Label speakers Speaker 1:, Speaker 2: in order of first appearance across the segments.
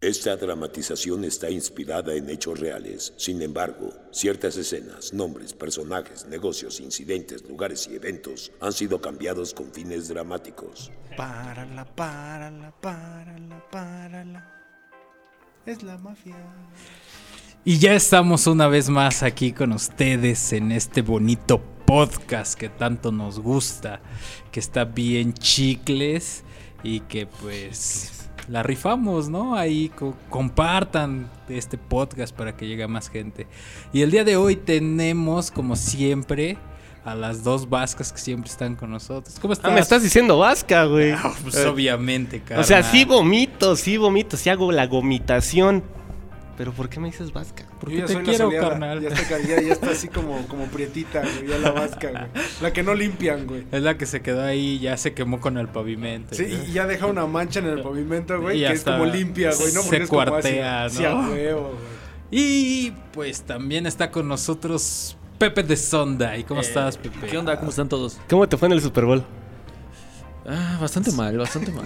Speaker 1: Esta dramatización está inspirada en hechos reales. Sin embargo, ciertas escenas, nombres, personajes, negocios, incidentes, lugares y eventos han sido cambiados con fines dramáticos.
Speaker 2: Párala, párala, párala, párala. Es la mafia.
Speaker 3: Y ya estamos una vez más aquí con ustedes en este bonito podcast que tanto nos gusta, que está bien chicles y que pues la rifamos, ¿no? Ahí co- compartan este podcast para que llegue a más gente. Y el día de hoy tenemos, como siempre, a las dos vascas que siempre están con nosotros. ¿Cómo estás?
Speaker 4: Ah, me estás diciendo vasca, güey.
Speaker 3: Ah, pues
Speaker 4: Eh,
Speaker 3: obviamente,
Speaker 4: o sea,
Speaker 3: carnal.
Speaker 4: sí vomito, sí vomito, sí hago la gomitación. Pero ¿por qué me dices vasca?
Speaker 3: Porque
Speaker 2: Yo ya
Speaker 3: te
Speaker 2: soy la
Speaker 3: quiero,
Speaker 2: soleada.
Speaker 3: carnal.
Speaker 2: Ya está, ca- ya, ya está así como, como prietita, güey. Ya la vasca, güey. La que no limpian, güey.
Speaker 3: Es la que se quedó ahí, ya se quemó con el pavimento.
Speaker 2: Sí, y ya deja una mancha en el pavimento, güey, que
Speaker 3: Y
Speaker 2: es
Speaker 3: hasta
Speaker 2: como limpia, güey, ¿no?
Speaker 3: se
Speaker 2: es como ácido.
Speaker 3: cuartea,
Speaker 2: Sí,
Speaker 3: ¿no?
Speaker 2: a huevo, güey.
Speaker 3: Y pues también está con nosotros Pepe de Sonda. ¿Y
Speaker 2: Eh,
Speaker 3: cómo estás, Pepe?
Speaker 5: Eh, ¿Qué onda? ¿Cómo están todos?
Speaker 4: ¿Cómo te fue en el Super Bowl?
Speaker 5: Ah, bastante mal, bastante mal.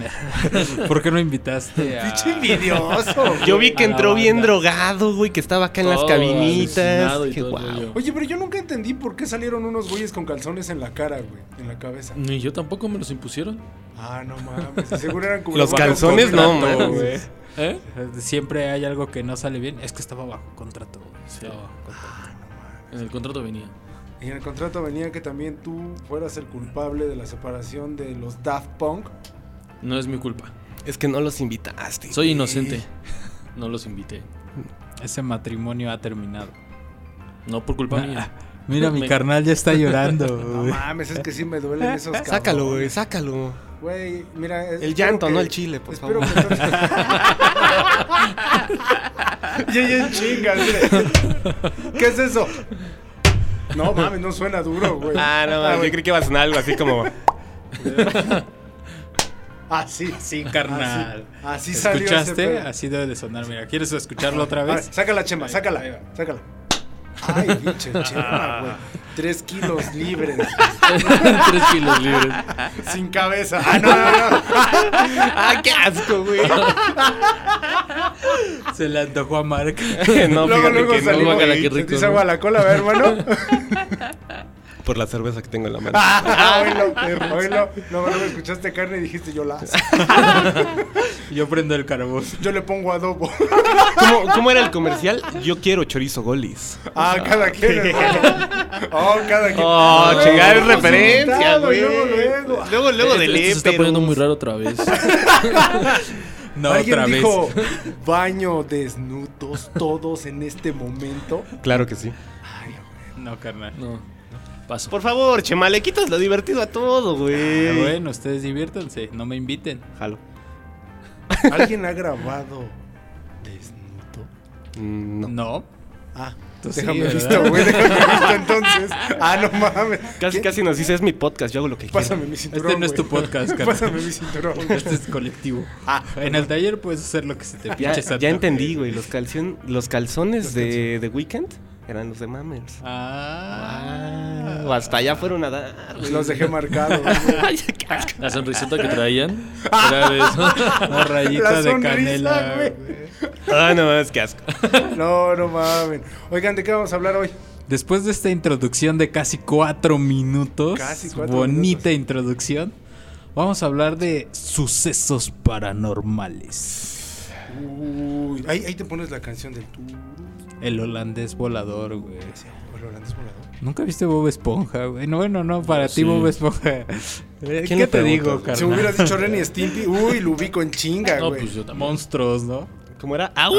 Speaker 3: ¿Por qué no invitaste a...
Speaker 2: Pinche envidioso, güey.
Speaker 4: Yo vi que
Speaker 3: A la
Speaker 4: entró bien
Speaker 3: banda.
Speaker 4: drogado, güey, que estaba acá en las
Speaker 5: Todo
Speaker 4: cabinitas.
Speaker 5: alucinado y
Speaker 4: Qué
Speaker 5: todo el
Speaker 4: guau.
Speaker 5: rollo.
Speaker 2: Oye, pero yo nunca entendí por qué salieron unos güeyes con calzones en la cara, güey, en la cabeza.
Speaker 5: Ni yo tampoco me los impusieron.
Speaker 2: Ah, no mames, seguro eran como
Speaker 4: Los calzones no, mames.
Speaker 5: ¿Eh?
Speaker 3: Siempre hay algo que no sale bien. Es que estaba bajo contrato. güey. Estaba bajo contrato.
Speaker 5: En el contrato venía.
Speaker 2: Y en el contrato venía que también tú fueras el culpable de la separación de los Daft Punk.
Speaker 5: No es mi culpa.
Speaker 4: Es que no los invitaste.
Speaker 5: Soy inocente. No los invité.
Speaker 3: Ese matrimonio ha terminado.
Speaker 5: No por
Speaker 3: Ah.
Speaker 5: culpa mía.
Speaker 3: Mira, mi
Speaker 5: Me-
Speaker 3: carnal ya está
Speaker 2: No
Speaker 3: llorando. güey.
Speaker 2: mames, es que sí me duelen esos cabrones.
Speaker 4: Sácalo, güey, sácalo.
Speaker 2: Güey, mira. es-
Speaker 4: El
Speaker 2: espero
Speaker 4: llanto,
Speaker 2: que-
Speaker 4: no el chile, por
Speaker 2: espero
Speaker 4: favor.
Speaker 2: Que y ella en chinga, mire. ¿Qué es eso? No mames, no suena duro, güey.
Speaker 4: Ah, no, yo
Speaker 2: güey.
Speaker 4: creí que iba a sonar algo así como.
Speaker 2: Así.
Speaker 3: Sí, carnal.
Speaker 2: Así, así salió. ese
Speaker 3: ¿Escuchaste?
Speaker 2: pedo.
Speaker 3: Así debe de sonar. Mira, ¿quieres escucharlo otra
Speaker 2: A ver,
Speaker 3: vez?
Speaker 2: sácala, Chema, sácala. Sácala. Ay, pinche Chema, güey. Tres kilos libres.
Speaker 5: Tres kilos libres.
Speaker 2: Sin cabeza. Ah, no, no, no.
Speaker 4: ¡Ah, qué asco, güey!
Speaker 3: Se le antojó a Mark.
Speaker 4: no,
Speaker 2: luego,
Speaker 4: fíjate
Speaker 2: luego
Speaker 4: que no,
Speaker 2: salimos.
Speaker 4: güey.
Speaker 5: guácala, qué
Speaker 2: ¿Se te
Speaker 5: rico,
Speaker 2: hizo
Speaker 5: ¿no?
Speaker 2: agua la cola, ¿verdad, hermano?
Speaker 4: Por la cerveza que tengo en la mano.
Speaker 2: Ah, oílo, perro, oílo. Luego, luego escuchaste carne y dijiste, yo la. hace.
Speaker 3: Yo prendo el carbón.
Speaker 2: Yo le pongo adobo.
Speaker 4: ¿Cómo, cómo era el comercial? Yo quiero chorizo golis.
Speaker 2: Ah, cada quien. hermano. Oh, cada quien.
Speaker 4: Oh,
Speaker 2: Luego,
Speaker 4: chingar es
Speaker 2: luego,
Speaker 4: referencia,
Speaker 2: sentado,
Speaker 4: güey.
Speaker 2: Luego, luego.
Speaker 4: Luego, luego del
Speaker 5: Esto Este, se está
Speaker 4: Eperus.
Speaker 5: poniendo muy raro otra vez.
Speaker 3: No,
Speaker 2: Alguien
Speaker 3: otra
Speaker 2: dijo,
Speaker 3: vez.
Speaker 2: baño desnudos todos en este momento.
Speaker 4: Claro que sí.
Speaker 3: No, carnal.
Speaker 5: No. Paso.
Speaker 4: Por favor, Chema, le quitas lo divertido a todo,
Speaker 3: Pero
Speaker 4: Ah, güey.
Speaker 3: Ah, bueno, ustedes diviértanse, no me inviten.
Speaker 4: Jalo.
Speaker 2: ¿Alguien ha grabado desnudo?
Speaker 4: Mm, No.
Speaker 3: No.
Speaker 2: Ah,
Speaker 3: Tú Pues sí,
Speaker 2: déjame
Speaker 3: ¿verdad?
Speaker 2: visto, güey. Déjame visto entonces. Ah, no mames.
Speaker 4: Casi,
Speaker 2: ¿Qué?
Speaker 4: casi nos dice, es mi podcast, yo hago lo que quiero.
Speaker 2: Pásame mi cinturón.
Speaker 3: Este no es tu
Speaker 2: güey.
Speaker 3: podcast, carnal.
Speaker 2: Pásame mi cinturón. güey.
Speaker 3: Este es colectivo. en el taller puedes hacer lo que se te
Speaker 4: Ya,
Speaker 3: pinche santo.
Speaker 4: ya entendí, güey. Los, calcion- los calzones de The Weeknd eran los de Mammers.
Speaker 3: Ah.
Speaker 4: O hasta allá fueron a dar.
Speaker 2: Los dejé marcados. güey.
Speaker 4: Ay, qué asco.
Speaker 5: La sonrisota que traían. Era de eso.
Speaker 3: Una rayita
Speaker 2: La
Speaker 3: de
Speaker 2: sonrisa,
Speaker 3: canela.
Speaker 2: güey.
Speaker 3: güey.
Speaker 4: Ah, no, es que asco.
Speaker 2: No, no mames. Oigan, ¿de qué vamos a hablar hoy?
Speaker 3: Después de esta introducción de casi cuatro minutos,
Speaker 2: Casi cuatro
Speaker 3: bonita
Speaker 2: minutos.
Speaker 3: introducción, vamos a hablar de sucesos paranormales.
Speaker 2: Uy, ahí, ahí te pones la canción del tú.
Speaker 3: El holandés volador, güey.
Speaker 2: Sí, el holandés volador.
Speaker 3: ¿Nunca viste Bob Esponja, güey? No, Bueno, no, para ti
Speaker 5: Sí.
Speaker 3: Bob Esponja. Eh,
Speaker 4: ¿Quién
Speaker 3: ¿Qué
Speaker 4: le
Speaker 3: te digo,
Speaker 4: preguntas?
Speaker 2: Si
Speaker 3: carnal?
Speaker 2: hubieras dicho Ren y Stimpy, uy, lo ubico en chinga,
Speaker 5: No,
Speaker 2: güey.
Speaker 5: pues yo también.
Speaker 3: Monstruos, ¿no?
Speaker 4: ¿Cómo era? ¡Au!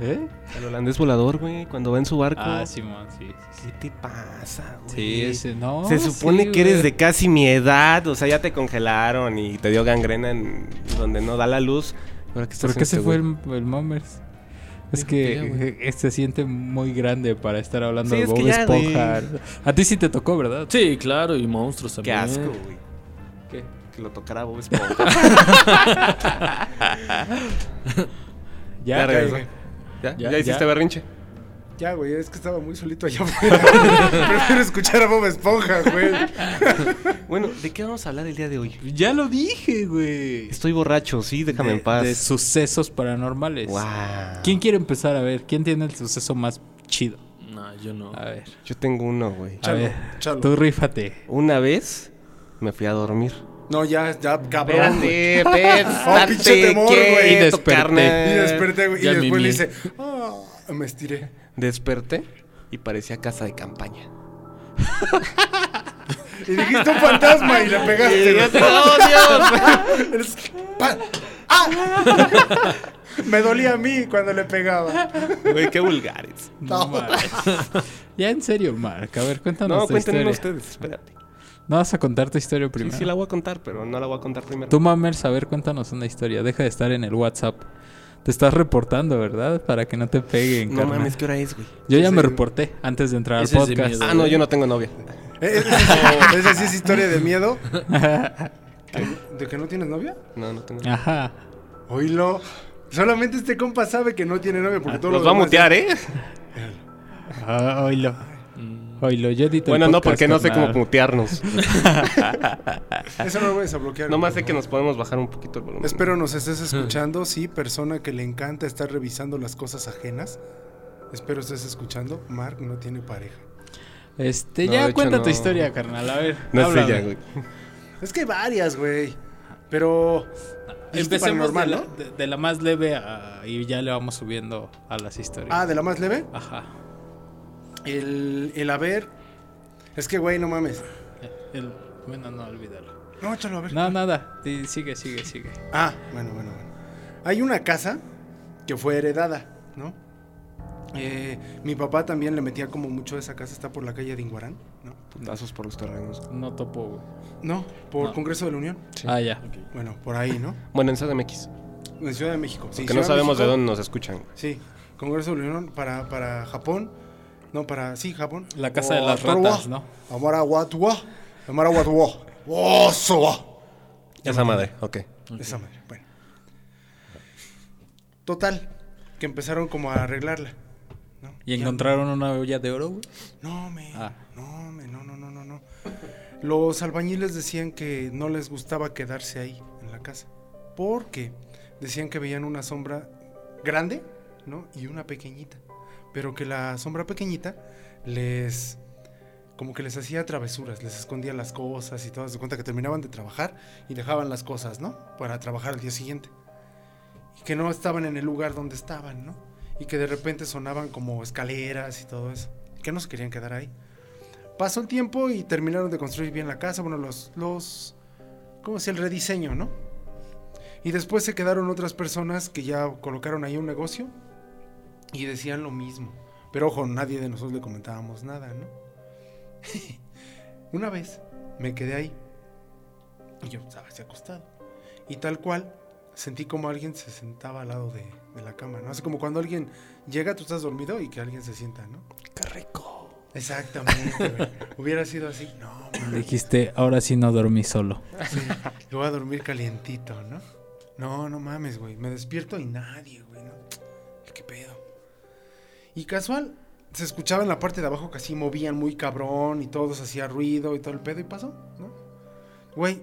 Speaker 3: ¿Eh?
Speaker 4: Ah. El holandés volador, güey, cuando va en su barco.
Speaker 3: Ah, Simón, sí. sí,
Speaker 4: ¿Qué te pasa,
Speaker 3: Sí,
Speaker 4: güey?
Speaker 3: Sí, ese, no.
Speaker 4: Se
Speaker 3: Oh, sí,
Speaker 4: supone que eres
Speaker 3: güey.
Speaker 4: de casi mi edad, o sea, ya te congelaron y te dio gangrena en donde no da la luz. Ahora que estás
Speaker 3: ¿Por
Speaker 4: en
Speaker 3: qué se
Speaker 4: este,
Speaker 3: fue
Speaker 4: güey?
Speaker 3: el, el Mummers? Es
Speaker 5: Dijo
Speaker 3: que
Speaker 5: que ya, güey.
Speaker 3: eh, se siente muy grande para estar hablando
Speaker 4: Sí,
Speaker 3: de
Speaker 4: es
Speaker 3: Bob
Speaker 4: que ya, güey.
Speaker 3: Esponja. A ti sí te tocó, ¿verdad?
Speaker 5: Sí, claro, y monstruos
Speaker 4: Qué
Speaker 5: también.
Speaker 4: asco, güey.
Speaker 5: ¿Qué?
Speaker 4: Que lo tocara Bob Esponja.
Speaker 3: Ya,
Speaker 4: regresó.
Speaker 3: güey.
Speaker 4: ¿Ya?
Speaker 3: Ya,
Speaker 4: ¿Ya hiciste
Speaker 3: ya.
Speaker 4: berrinche?
Speaker 2: Ya, güey, es que estaba muy solito allá afuera. Prefiero escuchar a Bob Esponja, güey.
Speaker 4: Bueno, ¿de qué vamos a hablar el día de hoy?
Speaker 3: Ya lo dije, güey.
Speaker 4: Estoy borracho, sí, déjame en
Speaker 3: De
Speaker 4: paz.
Speaker 3: sucesos paranormales.
Speaker 4: Guau.
Speaker 3: ¿Quién quiere empezar a ver? ¿Quién tiene el suceso más chido?
Speaker 5: No, yo no.
Speaker 3: A ver.
Speaker 4: Yo tengo uno, güey.
Speaker 3: a
Speaker 2: Chalo,
Speaker 3: ver.
Speaker 2: chalo.
Speaker 3: Tú rífate.
Speaker 4: Una vez me fui a dormir.
Speaker 2: No, ya, ya, cabrón. güey.
Speaker 3: Oh,
Speaker 4: espérate,
Speaker 2: pinche temor, güey.
Speaker 4: quieto,
Speaker 3: Y desperté.
Speaker 4: carnal.
Speaker 2: Y desperté, güey. Y
Speaker 5: Ya
Speaker 2: después
Speaker 5: mimí.
Speaker 2: le hice, "Ah", me estiré.
Speaker 4: Desperté y parecía casa de campaña.
Speaker 2: Y dijiste un fantasma y le pegaste. güey. Eres- ¡Pa! ¡Ah! Me dolía a mí cuando le pegaba.
Speaker 4: Güey, qué vulgares.
Speaker 3: No, mames. ya en serio, Mark. A ver, cuéntanos
Speaker 4: No,
Speaker 3: tu historia.
Speaker 4: cuéntenme ustedes, espérate.
Speaker 3: No vas a contar tu historia
Speaker 4: Sí,
Speaker 3: primero.
Speaker 4: sí la voy a contar, pero no la voy a contar primero.
Speaker 3: Tú, Mamers, a ver, cuéntanos una historia. Deja de estar en el WhatsApp. Te estás reportando, ¿verdad? Para que no te peguen,
Speaker 4: No
Speaker 3: carnal.
Speaker 4: mames, ¿qué hora es, güey?
Speaker 3: Yo ya
Speaker 2: Ese-
Speaker 3: me reporté antes de entrar al
Speaker 5: ese es de
Speaker 3: podcast.
Speaker 5: miedo.
Speaker 4: Ah, no, yo no tengo novia.
Speaker 2: Eh, Esa esa sí es historia de miedo. ¿De que no tienes novia?
Speaker 4: No, no tengo novia.
Speaker 3: Ajá.
Speaker 2: Oílo. Solamente este compa sabe que no tiene novia porque todo
Speaker 4: Los va a mutear, ¿eh?
Speaker 3: Ah, Oilo. Oilo, Mm. yo edito el
Speaker 4: Bueno, no,
Speaker 3: podcast,
Speaker 4: porque no sé cómo
Speaker 3: carnal.
Speaker 4: mutearnos.
Speaker 2: Eso no lo voy a desbloquear.
Speaker 4: Nomás sé que nos podemos bajar un poquito el volumen.
Speaker 2: Espero nos estés escuchando, sí, persona que le encanta estar revisando las cosas ajenas. Espero estés escuchando. Mark no tiene pareja.
Speaker 3: Este,
Speaker 4: No,
Speaker 3: ya
Speaker 4: de hecho,
Speaker 3: cuenta tu
Speaker 4: no.
Speaker 3: historia, carnal. A ver.
Speaker 4: No sé
Speaker 3: háblame.
Speaker 4: ya, güey.
Speaker 2: Es que hay varias, güey. Pero. dijiste
Speaker 3: Empecemos este de
Speaker 2: paranormal,
Speaker 3: la,
Speaker 2: ¿no?
Speaker 3: de- de la más leve a- y ya le vamos subiendo a las historias.
Speaker 2: Ah, de la más leve.
Speaker 3: Ajá.
Speaker 2: El, el haber. Es que, güey, no mames.
Speaker 3: El- bueno, no olvídalo.
Speaker 2: No, échalo a ver.
Speaker 3: No, nada. di- Sigue, sigue, sigue.
Speaker 2: Ah, bueno, bueno, bueno. Hay una casa que fue heredada, ¿no? Eh, mi papá también le metía como mucho a esa casa, está por la calle de Inguarán, ¿no?
Speaker 4: Putazos por los terrenos.
Speaker 3: No topo, güey.
Speaker 2: No, por
Speaker 3: No.
Speaker 2: Congreso de la Unión.
Speaker 3: Ah, ya.
Speaker 2: Bueno, por ahí, ¿no?
Speaker 4: Bueno, en CDMX.
Speaker 2: En Ciudad de México. Sí,
Speaker 4: Que
Speaker 2: Ciudad
Speaker 4: no
Speaker 2: de
Speaker 4: sabemos de
Speaker 2: México.
Speaker 4: dónde nos escuchan. güey.
Speaker 2: Sí, Congreso de la Unión para, para Japón. No, para. Sí, Japón.
Speaker 3: La casa de las
Speaker 2: Otorwa,
Speaker 3: ratas, ¿no?
Speaker 2: Amarawatua. Amarawatua. Osoa.
Speaker 4: Esa madre, ok.
Speaker 2: Esa madre, bueno. Total, que empezaron como a arreglarla. ¿no?
Speaker 3: Y
Speaker 2: Ya-
Speaker 3: encontraron una olla de oro, güey.
Speaker 2: No, me.
Speaker 3: Ah.
Speaker 2: No, me, no, no, no, no, no. Los albañiles decían que no les gustaba quedarse ahí, en la casa. Porque decían que veían una sombra grande, ¿no? Y una pequeñita. Pero que la sombra pequeñita les. Como que les hacía travesuras, les escondía las cosas y todo. Se cuenta que terminaban de trabajar y dejaban las cosas, ¿no? Para trabajar al día siguiente. Y que no estaban en el lugar donde estaban, ¿no? Y que de repente sonaban como escaleras y todo eso. Que no se querían quedar ahí. Pasó el tiempo y terminaron de construir bien la casa. Bueno, los. los ¿Cómo se El rediseño, ¿no? Y después se quedaron otras personas que ya colocaron ahí un negocio y decían lo mismo. Pero ojo, nadie de nosotros le comentábamos nada, ¿no? Una vez me quedé ahí y yo estaba así acostado. Y tal cual, sentí como alguien se sentaba al lado de, de la cama, ¿no? Así como cuando alguien llega, tú estás dormido y que alguien se sienta, ¿no?
Speaker 4: Qué rico.
Speaker 2: Exactamente, güey. Hubiera sido así. No, mames.
Speaker 3: Dijiste, ahora sí no dormí solo.
Speaker 2: Yo voy a dormir calientito, ¿no? No, no mames, güey. Me despierto y nadie, güey, ¿no? ¿Qué pedo? Y casual, se escuchaba en la parte de abajo que así movían muy cabrón y todos hacía ruido y todo el pedo y pasó, ¿no? Güey,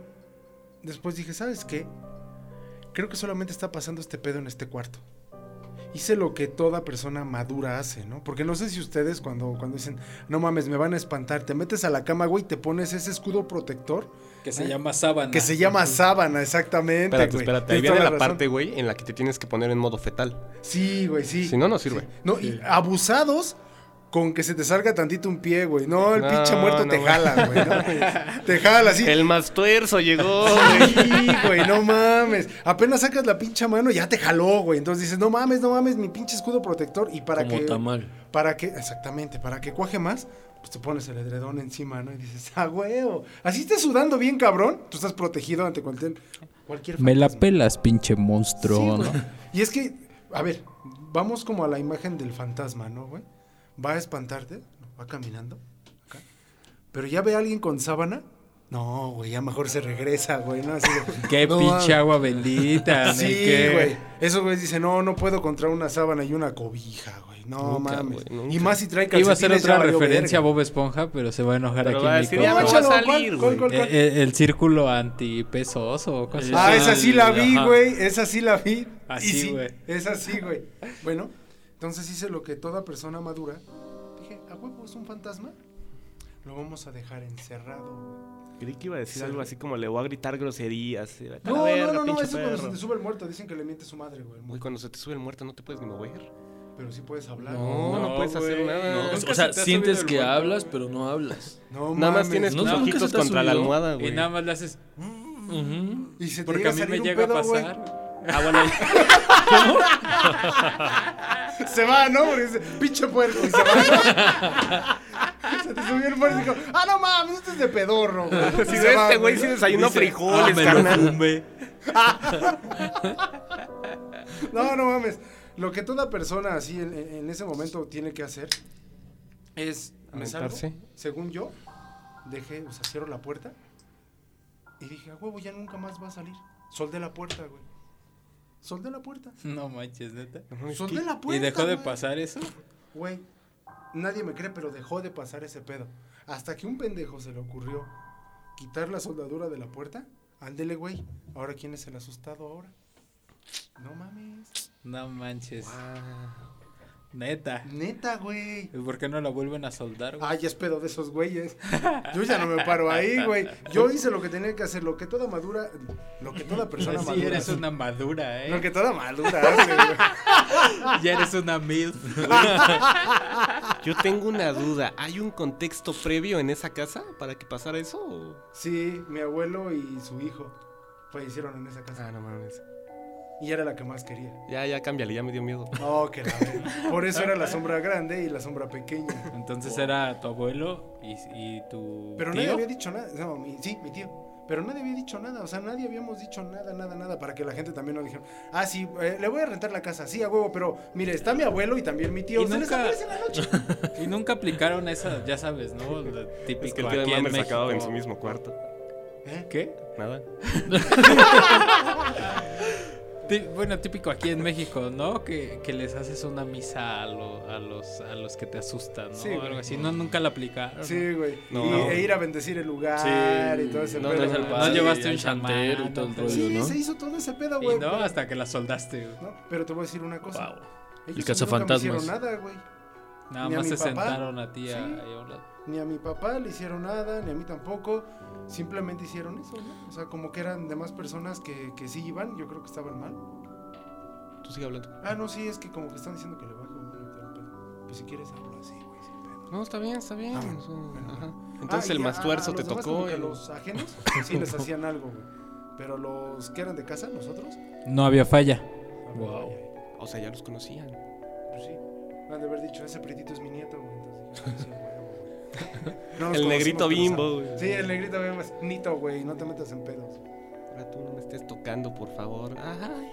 Speaker 2: después dije, ¿sabes qué? Creo que solamente está pasando este pedo en este cuarto. Hice lo que toda persona madura hace, ¿no? Porque no sé si ustedes cuando, cuando dicen, no mames, me van a espantar, te metes a la cama, güey, te pones ese escudo protector
Speaker 3: Que se llama sábana.
Speaker 2: que se llama sábana, exactamente.
Speaker 4: Espérate,
Speaker 2: güey.
Speaker 4: espérate. Ahí
Speaker 2: Tienes
Speaker 4: viene
Speaker 2: toda
Speaker 4: la
Speaker 2: razón.
Speaker 4: parte, güey, en la que te tienes que poner en modo fetal.
Speaker 2: Sí, güey, sí.
Speaker 4: Si no, no sirve.
Speaker 2: No, y abusados con que se te salga tantito un pie, güey. No, el
Speaker 4: No,
Speaker 2: pinche muerto
Speaker 4: no,
Speaker 2: te
Speaker 4: güey.
Speaker 2: jala, güey. no, güey. te jala así.
Speaker 4: El más tuerzo llegó, güey.
Speaker 2: Sí, güey, no mames. Apenas sacas la pinche mano, ya te jaló, güey. Entonces dices, no mames, no mames, mi pinche escudo protector. Y para
Speaker 5: Como
Speaker 2: que.
Speaker 5: tamal.
Speaker 2: Para que, exactamente, para que cuaje más, pues te pones el edredón encima, ¿no? Y dices, ah, huevo. Así estés sudando bien, cabrón. Tú estás protegido ante cualquier. cualquier
Speaker 3: Me la
Speaker 2: fantasma.
Speaker 3: pelas, pinche
Speaker 2: Sí,
Speaker 3: monstruo.
Speaker 2: güey.
Speaker 3: ¿no?
Speaker 2: Y es que, a ver, vamos como a la imagen del fantasma, ¿no, güey? Va a espantarte, va caminando, acá, pero ya ve a alguien con sábana No, güey, ya mejor se regresa, güey. ¿no? Así de-
Speaker 3: Qué
Speaker 2: No,
Speaker 3: pinche agua bendita,
Speaker 2: Sí,
Speaker 3: ni qué.
Speaker 2: güey. Esos güeyes dicen, no, no puedo contra una sábana y una cobija, güey. No
Speaker 5: Nunca,
Speaker 2: mames.
Speaker 4: güey, nunca.
Speaker 2: Y más si trae calcetines.
Speaker 3: Iba a hacer otra
Speaker 2: ya valió
Speaker 3: referencia a
Speaker 2: verga.
Speaker 3: Bob Esponja, pero se va a enojar
Speaker 4: Pero
Speaker 3: aquí.
Speaker 4: va a
Speaker 3: mi
Speaker 4: decir,
Speaker 3: compa.
Speaker 4: ya,
Speaker 2: No,
Speaker 4: macho,
Speaker 2: échalo,
Speaker 4: va a
Speaker 2: ¿cuál-
Speaker 4: salir,
Speaker 2: cuál-
Speaker 4: güey.
Speaker 2: cuál- cuál?
Speaker 3: Eh, eh, el círculo antipesos o cosas
Speaker 5: Eh,
Speaker 2: Ah,
Speaker 3: así.
Speaker 2: esa sí la vi,
Speaker 5: Ajá.
Speaker 2: güey. Esa sí la vi.
Speaker 3: Así,
Speaker 2: Y sí,
Speaker 3: güey.
Speaker 2: Esa sí, güey. Bueno, entonces hice lo que toda persona madura. Dije, a huevo, es un fantasma. Lo vamos a dejar encerrado.
Speaker 4: Creí que iba a decir
Speaker 2: Sí.
Speaker 4: algo así como le voy a gritar groserías. eh, vete a la
Speaker 2: No,
Speaker 4: verga,
Speaker 2: no, no, no,
Speaker 4: pinche
Speaker 2: eso cuando se
Speaker 4: perro.
Speaker 2: te sube el muerto. Dicen que le miente su madre, güey.
Speaker 4: Güey, cuando se te sube el muerto no te puedes ni mover.
Speaker 2: Pero sí puedes hablar.
Speaker 4: No, no puedes hacer
Speaker 3: güey.
Speaker 4: nada.
Speaker 5: No,
Speaker 4: Nunca
Speaker 5: o sea, sientes que hablas, pero no hablas.
Speaker 2: No,
Speaker 4: Nada más
Speaker 2: mames,
Speaker 4: tienes
Speaker 5: No,
Speaker 4: tus
Speaker 5: nunca
Speaker 4: ojitos
Speaker 5: se te ha
Speaker 4: contra la
Speaker 5: subido.
Speaker 4: almohada,
Speaker 3: Y
Speaker 4: güey.
Speaker 3: nada más le haces.
Speaker 5: Ujú.
Speaker 2: Y se te
Speaker 3: Porque
Speaker 2: llega
Speaker 3: a mí
Speaker 2: salir
Speaker 3: me
Speaker 2: un
Speaker 3: llega a
Speaker 2: pedo, güey.
Speaker 3: pasar.
Speaker 5: Ah, bueno, ahí-
Speaker 2: Se va, ¿no? Porque dice, pinche puerco. Y se va. se te subió el puerco y dijo, ah, no mames, este es de pedorro, güey. Y
Speaker 4: Si
Speaker 2: se
Speaker 4: de
Speaker 2: va,
Speaker 4: este güey sí desayunó
Speaker 3: Ah,
Speaker 4: frijoles,
Speaker 3: me lo
Speaker 4: carnal.
Speaker 3: fumé.
Speaker 2: No, no mames. Lo que toda persona así en, en- en ese momento tiene que hacer es. Me salgo,
Speaker 4: Aventarse.
Speaker 2: según yo, dejé, o sea, cierro la puerta y dije, a huevo, ya nunca más va a salir. Soldé la puerta, güey. Soldé la puerta.
Speaker 3: No manches, neta.
Speaker 4: No, es
Speaker 2: Soldé
Speaker 4: que-
Speaker 2: la
Speaker 3: ¿Y
Speaker 2: puerta.
Speaker 3: dejó de
Speaker 2: güey.
Speaker 3: pasar eso?
Speaker 2: Güey, nadie me cree, pero dejó de pasar ese pedo. Hasta que un pendejo se le ocurrió quitar la soldadura de la puerta. Ándele, güey. Ahora, ¿quién es el asustado ahora? No mames.
Speaker 3: No manches. Neta.
Speaker 2: Neta, güey.
Speaker 3: ¿Y por qué no la vuelven a soldar, güey?
Speaker 2: Ay, es pedo de esos güeyes. Yo ya no me paro ahí, güey. Yo hice lo que tenía que hacer, lo que toda madura, lo que toda persona
Speaker 3: Sí,
Speaker 2: madura.
Speaker 3: eres
Speaker 2: hace.
Speaker 3: una madura, eh.
Speaker 2: Lo que toda madura hace, güey.
Speaker 3: Ya eres una mil.
Speaker 4: Yo tengo una duda. ¿Hay un contexto previo en esa casa para que pasara eso? o-
Speaker 2: Sí, mi abuelo y su hijo fallecieron en esa casa.
Speaker 4: Ah, no mames.
Speaker 2: Y era la que más quería.
Speaker 4: Ya, ya, cámbiale, ya me dio miedo.
Speaker 2: Oh, que la verga. Por eso era la sombra grande y la sombra pequeña.
Speaker 3: Entonces era tu abuelo y, y tu.
Speaker 2: Pero nadie
Speaker 3: tío.
Speaker 2: había dicho nada. No, mi- sí, mi tío. Pero nadie había dicho nada. O sea, nadie habíamos dicho nada, nada, nada. Para que la gente también nos dijera, ah, sí, eh, le voy a rentar la casa. Sí, a huevo, pero mire, está mi abuelo y también mi tío.
Speaker 3: Y
Speaker 2: Se les
Speaker 3: nunca-
Speaker 2: aparece en la noche.
Speaker 3: Y nunca aplicaron esa, ya sabes, ¿no? La típica
Speaker 4: Es que el tío de
Speaker 3: aquí en
Speaker 4: mamá me sacaba en
Speaker 3: México.
Speaker 4: su mismo cuarto.
Speaker 2: ¿Eh?
Speaker 3: ¿Qué?
Speaker 4: Nada.
Speaker 3: Ti- bueno, típico aquí en México, ¿no? Que, que les haces una misa a, lo- a los, a los que te asustan, ¿no?
Speaker 2: Sí,
Speaker 3: o
Speaker 2: güey.
Speaker 3: algo así. No, nunca la aplicaron. ¿no?
Speaker 2: Sí, güey.
Speaker 4: No.
Speaker 2: y,
Speaker 4: No.
Speaker 2: E ir a bendecir el
Speaker 5: Sí,
Speaker 2: lugar y todo ese
Speaker 5: no,
Speaker 2: pedo.
Speaker 5: traes al
Speaker 2: güey.
Speaker 5: padre,
Speaker 3: No llevaste
Speaker 5: al
Speaker 3: un chamán,
Speaker 5: chantero y todo el
Speaker 3: no,
Speaker 5: rollo,
Speaker 2: Sí,
Speaker 5: ¿no?
Speaker 2: se hizo todo ese pedo,
Speaker 3: Y
Speaker 2: güey.
Speaker 3: no,
Speaker 2: pero-
Speaker 3: hasta que la soldaste. güey.
Speaker 2: ¿no? Pero te voy a decir una cosa.
Speaker 5: Wow.
Speaker 2: Ellos
Speaker 5: El
Speaker 2: nunca me hicieron
Speaker 5: cazafantasmas.
Speaker 2: nada, güey.
Speaker 3: Nada
Speaker 2: Ni a
Speaker 3: más
Speaker 2: mi
Speaker 3: se
Speaker 2: papá.
Speaker 3: sentaron a ti a-
Speaker 2: Sí.
Speaker 3: ahí a un lado.
Speaker 2: Ni a mi papá le hicieron nada, ni a mí tampoco. Simplemente hicieron eso, ¿no? O sea, como que eran demás personas que, que sí iban, yo creo que estaban mal.
Speaker 4: Tú sigue hablando.
Speaker 2: Ah, no, sí, es que como que están diciendo que le bajo un minuto al pedo. Pues si quieres hablo así, güey, sin pedo.
Speaker 4: No, está bien, está bien.
Speaker 2: Ah,
Speaker 4: o sea,
Speaker 2: bueno.
Speaker 4: ajá.
Speaker 2: Ah,
Speaker 4: Entonces
Speaker 2: y
Speaker 4: el
Speaker 2: a-
Speaker 4: mastuerzo
Speaker 2: a
Speaker 4: te
Speaker 2: los demás
Speaker 4: tocó.
Speaker 2: como que a
Speaker 4: el-
Speaker 2: los ajenos sí les hacían algo, güey. Pero los que eran de casa, nosotros.
Speaker 3: No había falla.
Speaker 2: ah,
Speaker 5: Wow.
Speaker 2: vaya,
Speaker 4: O sea, ya los conocían.
Speaker 2: Pues sí. Han de haber dicho, ese prietito es mi nieto, güey. Entonces dije, "Sí, huevo, güey". No nos
Speaker 4: El
Speaker 2: conocimos,
Speaker 4: negrito
Speaker 2: pero
Speaker 4: bimbo,
Speaker 2: sabe-
Speaker 4: güey.
Speaker 2: Sí, el negrito bimbo es nito, güey. No te metas en pedos.
Speaker 4: Ahora tú no me estés tocando, por favor. Ay.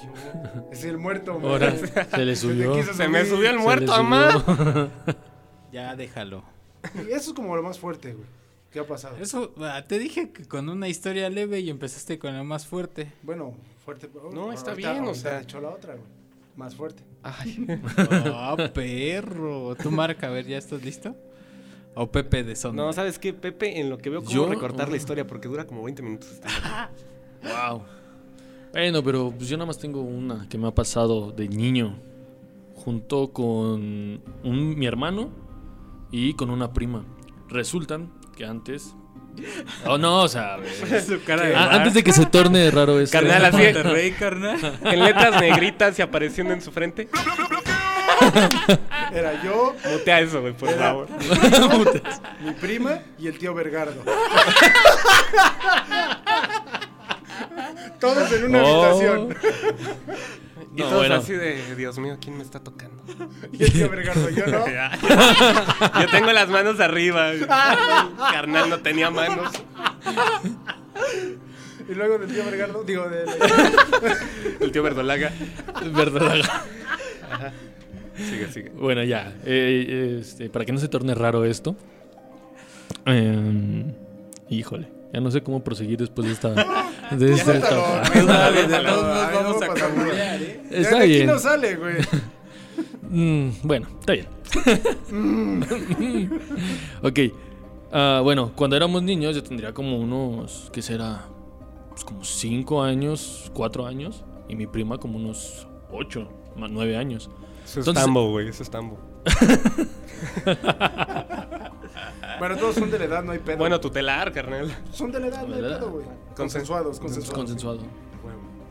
Speaker 2: ¿Qué hubo? Es el muerto, güey.
Speaker 5: Ahora
Speaker 2: Se
Speaker 5: se le
Speaker 2: te
Speaker 5: subió.
Speaker 2: quiso
Speaker 4: Se me
Speaker 2: subir.
Speaker 4: subió el
Speaker 5: Se le
Speaker 4: muerto,
Speaker 5: subió.
Speaker 4: mamá.
Speaker 3: Ya déjalo.
Speaker 2: Y Eso es como lo más fuerte, güey. ¿Qué ha pasado?
Speaker 3: Eso, ah, te dije que con una historia leve y empezaste con la más fuerte.
Speaker 2: Bueno, fuerte.
Speaker 4: No, está bien, o sea.
Speaker 2: echó la otra, güey. Más fuerte.
Speaker 4: Ay.
Speaker 3: Ah, perro. Tu marca, a ver, ¿ya estás listo? O Pepe de Sonda.
Speaker 4: No, ¿sabes qué, Pepe? En lo que veo cómo
Speaker 5: Yo-
Speaker 4: recortar la historia, porque dura como 20 minutos. esta madre.
Speaker 5: Wow. Bueno, pero pues yo nada más tengo una que me ha pasado de niño. Junto con un- mi hermano y con una prima. Resultan que antes. Oh, no, o sea. a ver.
Speaker 4: Este,
Speaker 3: su cara de
Speaker 5: A- Ah, antes de que se torne raro esto.
Speaker 4: Carnal, así
Speaker 3: Monterrey, carnal.
Speaker 4: en letras negritas y apareciendo en su frente.
Speaker 2: Era yo,
Speaker 4: Mutea eso, güey, por favor.
Speaker 2: mi prima y el tío Vergardo. Todos en una
Speaker 5: Oh.
Speaker 2: habitación.
Speaker 4: Y
Speaker 5: No,
Speaker 4: todos
Speaker 5: bueno.
Speaker 4: así de, Dios mío, ¿quién me está tocando?
Speaker 2: Y el tío Vergardo, yo no.
Speaker 4: Yo tengo las manos arriba. güey. Carnal no tenía manos.
Speaker 2: Y luego del tío Vergardo, digo, del.
Speaker 4: El tío Verdolaga.
Speaker 5: Verdad.
Speaker 4: Sigue, sigue.
Speaker 5: Bueno, ya. eh, este, para que no se torne raro esto. eh, Híjole, ya no sé cómo proseguir después de esta. de esta etapa.
Speaker 2: vamos a cambiar,
Speaker 5: Está
Speaker 2: aquí
Speaker 5: bien.
Speaker 2: no sale, güey.
Speaker 5: Mm, bueno, está bien. ok. Ah, bueno, cuando éramos niños, yo tendría como unos, ¿qué será? Pues como 5 años, 4 años. Y mi prima como unos 8, 9 años.
Speaker 4: Eso es
Speaker 5: Entonces-
Speaker 4: tambo, güey. Eso es tambo.
Speaker 2: Bueno, todos son de la edad, no hay pedo.
Speaker 4: Bueno, tutelar, carnal.
Speaker 2: son de la edad, no hay
Speaker 5: ¿verdad?
Speaker 2: pedo, güey. Consensuados,
Speaker 5: Entonces,
Speaker 2: consensuados.
Speaker 5: consensuado.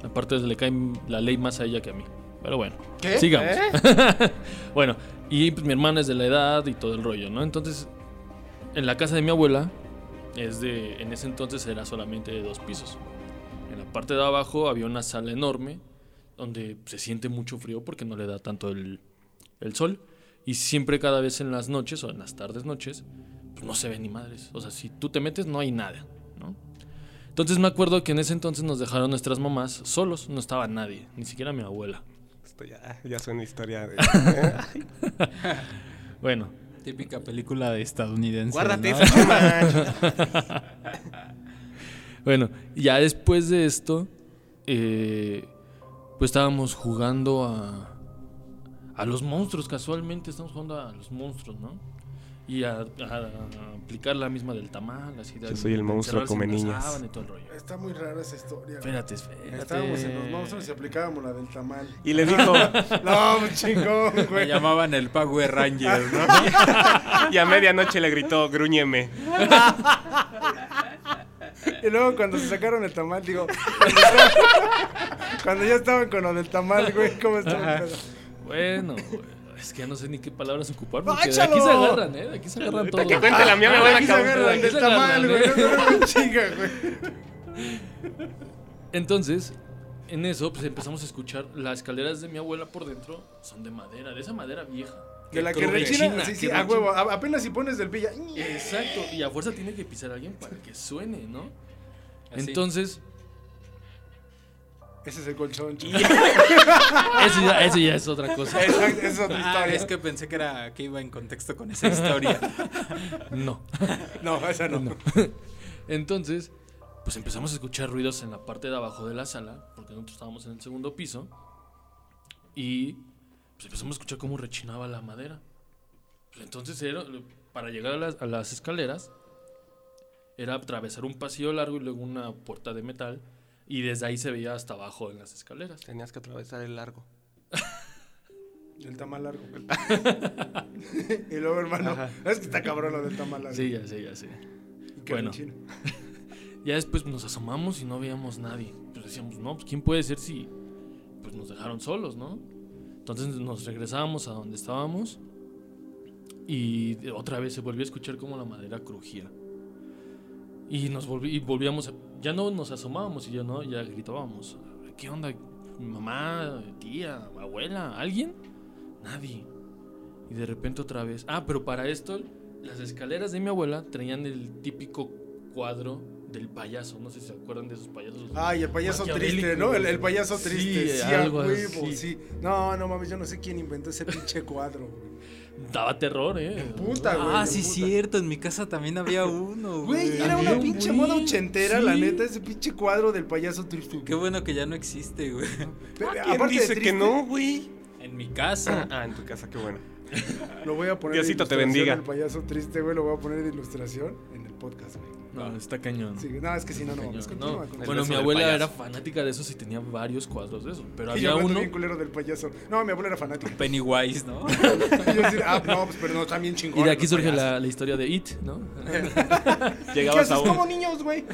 Speaker 5: Aparte, le cae la ley más a ella que a mí. Pero bueno,
Speaker 2: ¿Qué?
Speaker 5: sigamos.
Speaker 2: ¿Eh?
Speaker 5: bueno, y pues, mi hermana es de la edad y todo el rollo, ¿no? Entonces, en la casa de mi abuela, es de, en ese entonces era solamente de dos pisos. En la parte de abajo había una sala enorme donde se siente mucho frío porque no le da tanto el, el sol. Y siempre cada vez en las noches o en las tardes noches, pues no se ven ni madres. O sea, si tú te metes no hay nada, ¿no? Entonces me acuerdo que en ese entonces nos dejaron nuestras mamás solos, no estaba nadie, ni siquiera mi abuela.
Speaker 4: Esto ya, ya suena historia de... ¿eh?
Speaker 5: Bueno,
Speaker 3: Típica película de estadounidense.
Speaker 4: Guárdate
Speaker 3: ¿no?
Speaker 4: esa chuma.
Speaker 5: Bueno, ya después de esto, eh, pues estábamos jugando a, a los monstruos, casualmente estamos jugando a los monstruos, ¿no? Y a, a aplicar la misma del tamal, así de...
Speaker 4: Yo soy el
Speaker 5: de
Speaker 4: monstruo
Speaker 5: encerrarse
Speaker 4: come
Speaker 5: en la
Speaker 4: niñas.
Speaker 5: sábana y todo el rollo.
Speaker 2: Está muy rara esa historia. güey.
Speaker 5: Espérate, espérate.
Speaker 2: Estábamos en los monstruos y aplicábamos la del tamal.
Speaker 4: Y les dijo,
Speaker 2: No, muy chingón,
Speaker 3: Me
Speaker 2: güey.
Speaker 3: llamaban el Power Ranger, ¿no?
Speaker 4: y a medianoche le gritó, gruñeme.
Speaker 2: Y luego cuando se sacaron el tamal, digo, cuando, estaban- cuando ya estaban con lo del tamal, güey, ¿cómo estuvo? el pedo?
Speaker 5: Bueno, güey, es que ya no sé ni qué palabras ocupar, porque de aquí
Speaker 2: ¡Báchalo!
Speaker 5: se agarran, ¿eh? De aquí se agarran todos.
Speaker 4: Que cuente la mía, me voy a
Speaker 2: Ah, Aquí se
Speaker 4: acabar.
Speaker 2: agarran del tamal, güey. No, no, chinga, güey.
Speaker 5: Entonces, en eso, pues empezamos a escuchar las escaleras de mi abuela por dentro son de madera, de esa madera vieja.
Speaker 2: De la que
Speaker 5: Creo
Speaker 2: rechina,
Speaker 5: rechina,
Speaker 2: sí, sí,
Speaker 5: que
Speaker 2: a
Speaker 5: rechina.
Speaker 2: huevo. a- Apenas si pones del villa.
Speaker 5: Exacto, y a fuerza tiene que pisar a alguien para que suene, ¿no?
Speaker 3: Así.
Speaker 5: Entonces,
Speaker 2: Ese es el colchón, chinga.
Speaker 5: eso ya, eso ya es otra cosa.
Speaker 2: Exacto, esa es otra
Speaker 3: Ah,
Speaker 2: historia.
Speaker 3: es que pensé que era que iba en contexto con esa historia.
Speaker 5: No.
Speaker 2: No, esa no.
Speaker 5: Entonces, pues empezamos a escuchar ruidos en la parte de abajo de la sala, porque nosotros estábamos en el segundo piso, y pues empezamos a escuchar cómo rechinaba la madera. Pues entonces, era- para llegar a las, a las escaleras, era atravesar un pasillo largo y luego una puerta de metal, y desde ahí se veía hasta abajo en las escaleras.
Speaker 4: Tenías que atravesar el largo.
Speaker 2: El tamal largo. y luego, hermano, es que está cabrón lo del tamal largo.
Speaker 5: Sí, ya sé, ya sé.
Speaker 2: Que
Speaker 5: bueno.
Speaker 2: rechina.
Speaker 5: Ya después nos asomamos y no veíamos nadie. Pues decíamos, no, pues quién puede ser si pues nos dejaron solos, ¿no? Entonces nos regresábamos a donde estábamos y de- otra vez se volvió a escuchar como la madera crujía. Y nos volvi- y volvíamos, a- ya no nos asomábamos y ya no, ya gritábamos, ¿qué onda? Mamá, tía, abuela, alguien? Nadie. Y de repente otra vez. Ah, pero para esto, las escaleras de mi abuela traían el típico cuadro del payaso. No sé si se acuerdan de esos payasos.
Speaker 2: Ay, el payaso
Speaker 5: Maquiavélico.
Speaker 2: triste, ¿no? El, el payaso
Speaker 5: Sí,
Speaker 2: triste. Sí, a
Speaker 5: algo
Speaker 2: huevo,
Speaker 5: así.
Speaker 2: sí. No, no mames, yo no sé quién inventó ese pinche cuadro, güey.
Speaker 5: Daba terror, eh.
Speaker 2: Puta, güey.
Speaker 3: ah,
Speaker 2: de
Speaker 3: sí,
Speaker 2: puta.
Speaker 3: cierto. En mi casa también había uno.
Speaker 2: Güey, era una
Speaker 5: Había un
Speaker 2: pinche
Speaker 5: güey,
Speaker 2: moda ochentera, la
Speaker 5: sí.
Speaker 2: neta, ese pinche cuadro del payaso triste. güey.
Speaker 3: Qué bueno que ya no existe, güey.
Speaker 2: Pero
Speaker 4: ¿Quién
Speaker 2: aparte de
Speaker 4: dice que
Speaker 2: triste,
Speaker 4: no, güey?
Speaker 3: En mi casa.
Speaker 4: Ah, en tu casa, qué bueno.
Speaker 2: Lo voy a poner
Speaker 4: Diosito te
Speaker 2: ilustración
Speaker 4: bendiga.
Speaker 2: del payaso triste, güey, lo voy a poner de ilustración en el podcast, güey.
Speaker 5: No, está cañón.
Speaker 2: Sí, no, es que si no, no mames.
Speaker 5: Cañón,
Speaker 2: Continúa,
Speaker 5: no.
Speaker 2: continúa.
Speaker 5: Bueno,
Speaker 4: beso
Speaker 5: mi
Speaker 4: del
Speaker 5: abuela
Speaker 4: payaso.
Speaker 5: era fanática de esos y tenía varios cuadros de esos. Pero
Speaker 2: Y yo
Speaker 5: había
Speaker 2: hablando
Speaker 5: uno.
Speaker 2: bien culero del payaso. No, mi abuela era fanática.
Speaker 3: Pennywise, ¿no?
Speaker 2: Y yo decir, ah, no, pues, pero no, también chingón.
Speaker 5: Y de aquí surge la, la historia de It, ¿no?
Speaker 2: ¿Qué
Speaker 4: Llegaba
Speaker 2: haces
Speaker 4: su,
Speaker 2: como
Speaker 4: abuela,
Speaker 2: niños, güey?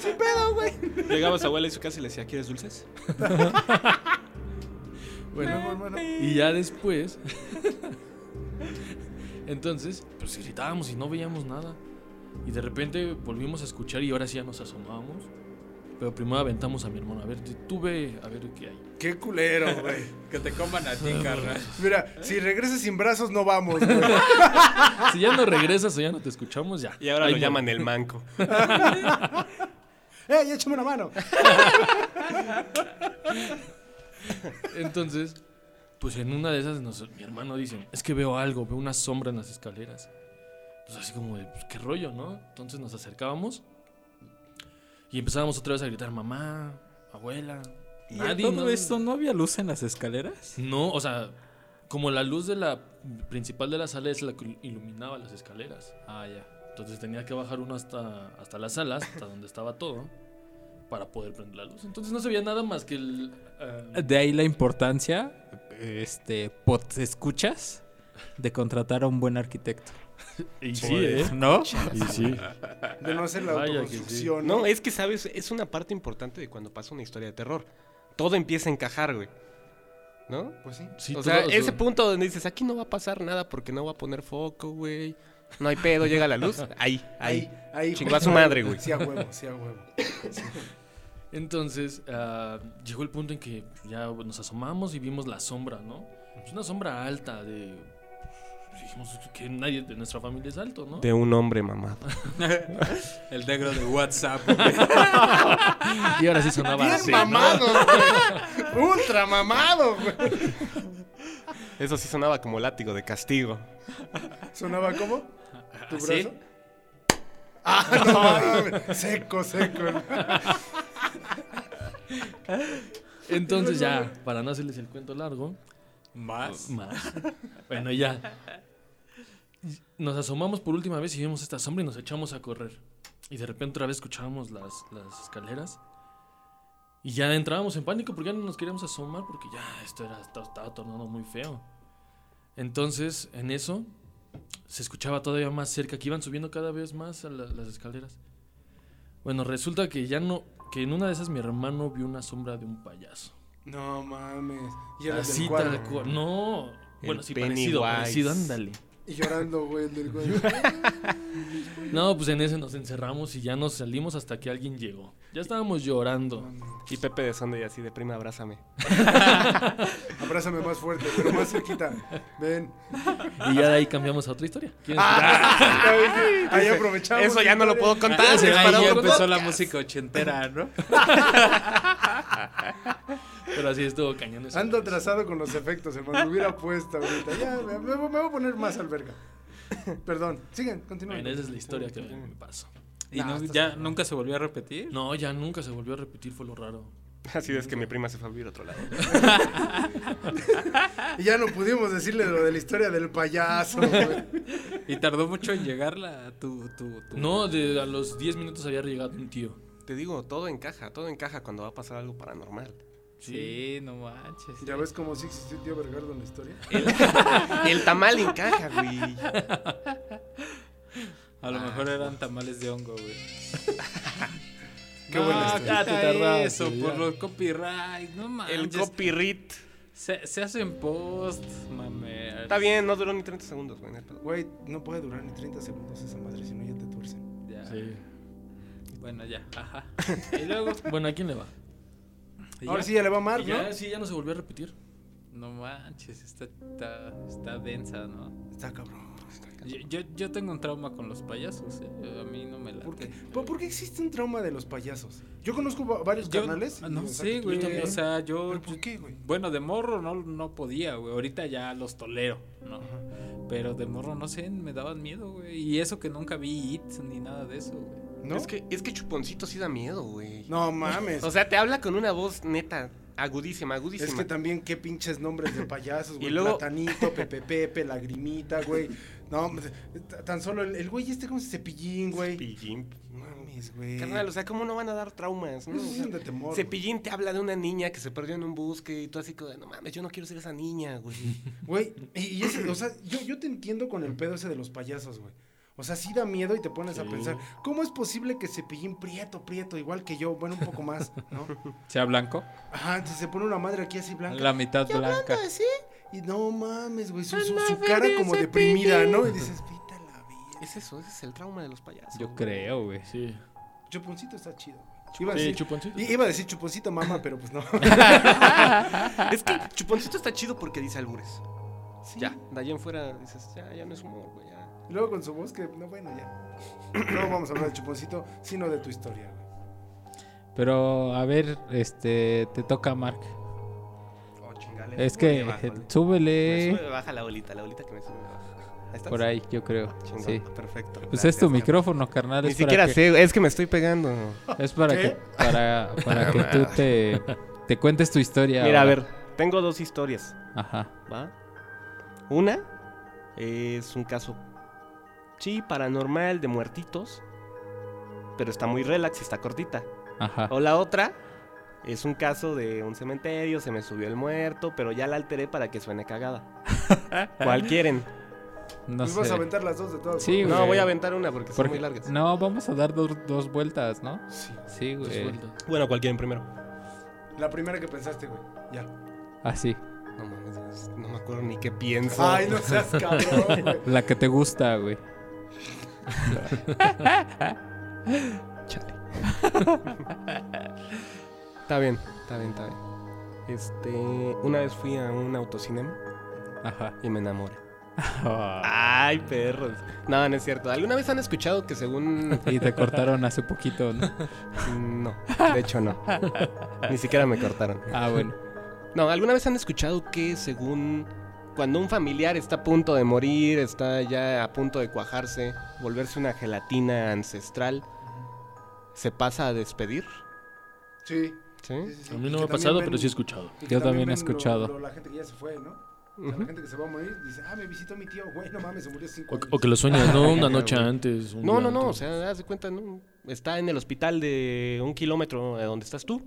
Speaker 2: Sin pedo, güey.
Speaker 4: llegaba su abuela y su casa y le decía, ¿quieres dulces?
Speaker 2: Bueno, bueno.
Speaker 5: Y ya después. Entonces, pues gritábamos y no veíamos nada. Y de repente volvimos a escuchar y ahora sí ya nos asomábamos. Pero primero aventamos a mi hermano. A ver, tú ve a ver qué hay.
Speaker 2: Qué culero, güey.
Speaker 3: que te coman a ti, carnal.
Speaker 2: Mira, si regresas sin brazos, no vamos, güey.
Speaker 5: Si ya no regresas o ya no te escuchamos, ya.
Speaker 4: Y ahora
Speaker 5: Ahí
Speaker 4: lo
Speaker 5: mu-
Speaker 4: llaman el manco.
Speaker 2: ¡Ey, échame una mano!
Speaker 5: Entonces, pues en una de esas nos- mi hermano dice, es que veo algo, veo una sombra en las escaleras. pues así como de, pues, qué rollo, ¿no? Entonces nos acercábamos y empezábamos otra vez a gritar, mamá, abuela.
Speaker 3: ¿Y
Speaker 5: nadie,
Speaker 3: a todo
Speaker 5: ¿no?
Speaker 3: esto no había luz en las escaleras?
Speaker 5: No, o sea, como la luz de la principal de la sala es la que iluminaba las escaleras.
Speaker 3: Ah, ya.
Speaker 5: Entonces tenía que bajar uno hasta, hasta la sala, hasta donde estaba todo, para poder prender la luz. Entonces no se veía nada más que el... ah,
Speaker 3: De ahí la importancia, este, pot escuchas, de contratar a un buen arquitecto.
Speaker 5: y sí, ¿eh?
Speaker 3: ¿No?
Speaker 5: Y sí.
Speaker 2: De no hacer la
Speaker 5: Vaya que
Speaker 2: autoconstrucción.
Speaker 4: No, es que sabes, es una parte importante de cuando pasa una historia de terror. Todo empieza a encajar, güey. ¿No?
Speaker 2: Pues sí.
Speaker 5: Sí,
Speaker 4: o sea,
Speaker 5: todo-
Speaker 4: ese punto donde dices, aquí no va a pasar nada porque no va a poner foco, güey. No hay pedo, llega la luz. Ahí, ahí.
Speaker 2: ahí.
Speaker 4: Chingó a su
Speaker 2: justo.
Speaker 4: madre, güey.
Speaker 2: Sí, a huevo, sí, a huevo.
Speaker 5: Entonces ah, llegó el punto en que ya nos asomamos y vimos la sombra, ¿no? Es una sombra alta de... pues, Dijimos que nadie de nuestra familia es alto, ¿no?
Speaker 4: De un hombre mamado.
Speaker 3: El negro de WhatsApp.
Speaker 5: Y ahora sí sonaba
Speaker 2: Bien
Speaker 5: así, ¿no?
Speaker 2: mamado, güey. Ultra mamado, güey.
Speaker 4: Eso sí sonaba como látigo de castigo.
Speaker 2: ¿Sonaba cómo? ¿Tu brazo?
Speaker 5: ¿Así?
Speaker 2: Ah, no, mames. seco, seco.
Speaker 5: Entonces ya, para no hacerles el cuento largo,
Speaker 3: Más.
Speaker 5: Más. Bueno, ya. Nos asomamos por última vez y vimos esta sombra y nos echamos a correr. Y de repente otra vez escuchábamos las, las escaleras. Y ya entrábamos en pánico porque ya no nos queríamos asomar porque ya esto era, esto estaba tornando muy feo. Entonces, en eso, se escuchaba todavía más cerca, que iban subiendo cada vez más a la- las escaleras. Bueno, resulta que ya no, que en una de esas mi hermano vio una sombra de un payaso.
Speaker 2: No mames. Y era
Speaker 5: Así
Speaker 2: del cuadro.
Speaker 5: tal cual. No.
Speaker 4: El
Speaker 5: bueno, sí,
Speaker 4: Pennywise.
Speaker 5: parecido, parecido, ándale.
Speaker 2: Y llorando, güey, en el cuadro.
Speaker 5: No, pues en ese nos encerramos y ya nos salimos hasta que alguien llegó. Ya estábamos llorando.
Speaker 4: Y Pepe de Sonde y así de prima, abrázame.
Speaker 2: Abrázame más fuerte, pero más cerquita. Ven.
Speaker 5: Y ya de ahí cambiamos a otra historia. ¿Quieren-
Speaker 3: Ah.
Speaker 2: Ahí aprovechamos.
Speaker 4: Eso ya no lo puedo contar.
Speaker 3: Ahí
Speaker 4: es para
Speaker 3: ya
Speaker 4: otro
Speaker 3: empezó
Speaker 4: podcast.
Speaker 3: la música ochentera, ¿no?
Speaker 4: Ah.
Speaker 5: Pero así estuvo cañón. eso.
Speaker 2: Ando atrasado con los efectos, hermano. Me hubiera puesto ahorita. Ya, me, me- me voy a poner más alberga. Perdón. Sigan, continúen.
Speaker 5: Bueno, esa es la historia que me pasó.
Speaker 3: Y
Speaker 2: No,
Speaker 3: no-
Speaker 2: estás
Speaker 3: ya nunca se volvió a repetir.
Speaker 5: No, ya nunca se volvió a repetir, fue lo raro.
Speaker 4: Así es que mi prima se fue a vivir a otro lado.
Speaker 2: Y ya no pudimos decirle lo de la historia del payaso, güey.
Speaker 3: Y tardó mucho en llegar la, tu, tu, tu-
Speaker 5: No, de, a los 10 minutos había llegado un tío.
Speaker 4: Te digo, todo encaja, todo encaja cuando va a pasar algo paranormal.
Speaker 3: Sí, no manches.
Speaker 2: ¿Ya ves cómo sí existió tío Vergardo en la historia?
Speaker 4: El tamal encaja, güey.
Speaker 3: A lo mejor eran tamales de hongo, güey.
Speaker 2: Qué buena historia.
Speaker 3: quita
Speaker 5: Ya te tardaste,
Speaker 3: Eso,
Speaker 5: ya.
Speaker 3: por los copyright, no manches.
Speaker 4: El copyright.
Speaker 3: se, se hacen post, mame.
Speaker 4: Está bien, no duró ni 30 segundos, güey. no hay pedo.
Speaker 2: Güey, no puede durar ni 30 segundos esa madre, si no ya te tuercen.
Speaker 3: Ya.
Speaker 5: Sí.
Speaker 3: Bueno, ya. Ajá. Y luego.
Speaker 5: Bueno, ¿a quién le va?
Speaker 3: y
Speaker 2: Ahora
Speaker 3: ya.
Speaker 2: sí ya le va a amar,
Speaker 5: Y
Speaker 2: ¿no?
Speaker 5: ya, sí, ya no se volvió a repetir.
Speaker 3: No manches, está, está, está densa, ¿no?
Speaker 2: Está cabrón.
Speaker 3: Yo, yo, yo tengo un trauma con los payasos, ¿eh? A mí no me la.
Speaker 2: ¿Por qué? ¿Por, por qué existe un trauma de los payasos? Yo conozco va- varios
Speaker 3: Yo-
Speaker 2: canales.
Speaker 3: No sé, güey.
Speaker 5: también.
Speaker 3: O sea, yo.
Speaker 4: Pues,
Speaker 2: ¿Pero por qué, güey?
Speaker 3: Bueno, de morro no, no podía, güey. Ahorita ya los tolero, ¿no? Pero de morro, no sé, me daban miedo, güey. Y eso que nunca vi IT ni nada de eso, güey.
Speaker 2: ¿No?
Speaker 4: Es, que, es que Chuponcito sí da miedo, güey.
Speaker 2: No mames.
Speaker 4: O sea, te habla con una voz neta, agudísima, agudísima.
Speaker 2: es que también qué pinches nombres de payasos, güey.
Speaker 4: Y luego-
Speaker 2: Platanito, Pepe Pepe, Lagrimita, güey. No, hombre, t- tan solo el, el güey este como cepillín, güey.
Speaker 4: Cepillín.
Speaker 2: No mames, güey.
Speaker 4: Carnal, o sea, ¿cómo no van a dar traumas? no?
Speaker 2: Eso
Speaker 4: O
Speaker 2: sí
Speaker 4: sea,
Speaker 2: es de temor,
Speaker 4: Cepillín te habla de una niña que se perdió en un bosque y tú así como de, no mames, yo no quiero ser esa niña, güey.
Speaker 2: Güey, y, y ese, o sea, yo, yo te entiendo con el pedo ese de los payasos, güey. O sea, sí da miedo y te pones a pensar, ¿cómo es posible que Cepillín prieto, prieto, igual que yo? Bueno, un poco más, ¿no?
Speaker 3: ¿Sea blanco?
Speaker 2: Ajá, si se pone una madre aquí así blanca.
Speaker 3: La mitad blanca.
Speaker 2: Y no mames, güey, su, su- su cara como deprimida, ¿no? Y dices, vete a la vida.
Speaker 4: Es eso, ese es el trauma de los payasos.
Speaker 3: Yo
Speaker 4: güey.
Speaker 3: creo, güey.
Speaker 5: Sí.
Speaker 2: Chuponcito está chido. güey. Iba a
Speaker 5: Sí,
Speaker 2: decir,
Speaker 5: chuponcito.
Speaker 2: i- iba a decir chuponcito mamá, pero pues no.
Speaker 4: Es que Chuponcito está chido porque dice albures.
Speaker 2: Sí.
Speaker 4: Ya, de allí en fuera dices, ya, ya no es humor, güey, ya.
Speaker 2: Y Luego con su voz que, no, bueno, ya. No vamos a hablar de chuponcito, sino de tu historia, güey.
Speaker 3: Pero, a ver, este, te toca, Mark.
Speaker 4: Oh, chingale.
Speaker 3: Es que,
Speaker 4: Me bajo,
Speaker 3: eh,
Speaker 4: me
Speaker 3: súbele.
Speaker 4: sube, me baja la bolita, la bolita que me sube, me baja. Ahí estás.
Speaker 3: Por ahí, yo creo.
Speaker 4: Ah, Chingón.
Speaker 3: Sí.
Speaker 2: Perfecto.
Speaker 3: Pues es tu
Speaker 4: Gracias,
Speaker 3: micrófono, carnal.
Speaker 4: Ni
Speaker 3: es para
Speaker 4: siquiera
Speaker 3: que-
Speaker 4: sé, es que me estoy pegando.
Speaker 3: Es para
Speaker 2: ¿Qué?
Speaker 3: que, para, para que tú te, te cuentes tu historia.
Speaker 4: Mira, a
Speaker 3: ahora.
Speaker 4: ver, tengo dos historias,
Speaker 3: Ajá.
Speaker 4: ¿va? Una es un caso, sí, paranormal de muertitos, pero está muy relax y está cortita.
Speaker 3: Ajá.
Speaker 4: O la otra es un caso de un cementerio, se me subió el muerto, pero ya la alteré para que suene cagada. ¿Cuál quieren?
Speaker 3: No
Speaker 2: Pues vas
Speaker 3: sé.
Speaker 2: a aventar las dos de todas.
Speaker 3: Sí,
Speaker 2: formas.
Speaker 4: No,
Speaker 3: güey.
Speaker 4: voy a aventar una porque son
Speaker 3: Porque-
Speaker 4: muy largas.
Speaker 3: No, vamos a dar dos, dos vueltas, ¿no?
Speaker 2: Sí.
Speaker 3: Sí,
Speaker 5: Tus
Speaker 3: güey.
Speaker 5: vueltas.
Speaker 4: Bueno, ¿cuál quieren primero?
Speaker 2: La primera que pensaste, güey. Ya.
Speaker 3: Así.
Speaker 4: No mames, no me acuerdo ni qué pienso.
Speaker 2: Ay, no seas cabrón, güey.
Speaker 3: La que te gusta, güey.
Speaker 4: Chale. está bien, está bien, está bien. Este, una vez fui a un autocinema
Speaker 3: Ajá.
Speaker 4: y me enamoré.
Speaker 3: Ah.
Speaker 4: Ay, perros. No, no es cierto. ¿Alguna vez han escuchado que según
Speaker 3: Y te cortaron hace poquito, ¿no?
Speaker 4: no, de hecho no. Ni siquiera me cortaron.
Speaker 3: Ah, bueno.
Speaker 4: No, ¿alguna vez han escuchado que según cuando un familiar está a punto de morir, está ya a punto de cuajarse, volverse una gelatina ancestral, se pasa a despedir?
Speaker 2: Sí.
Speaker 4: ¿Sí?
Speaker 2: sí, sí, sí.
Speaker 5: A
Speaker 2: Y
Speaker 5: mí
Speaker 2: que
Speaker 5: no me ha
Speaker 2: también
Speaker 5: pasado,
Speaker 2: ven-
Speaker 5: pero sí he escuchado.
Speaker 2: y que
Speaker 3: Yo también
Speaker 2: ven
Speaker 3: he
Speaker 2: lo-
Speaker 3: escuchado.
Speaker 2: lo- la gente que ya se fue, ¿no? O sea, La gente que se va a morir dice, ah, me visitó mi tío, güey, no mames, se murió cinco
Speaker 5: O,
Speaker 2: años.
Speaker 5: o que lo sueñas, ¿no? Una
Speaker 2: Ah,
Speaker 4: Ay,
Speaker 5: noche
Speaker 4: güey.
Speaker 5: antes. un
Speaker 4: No,
Speaker 5: día
Speaker 4: no, no, o
Speaker 5: antes.
Speaker 4: sea, haz de cuenta, no, está en el hospital de un kilómetro de donde estás tú,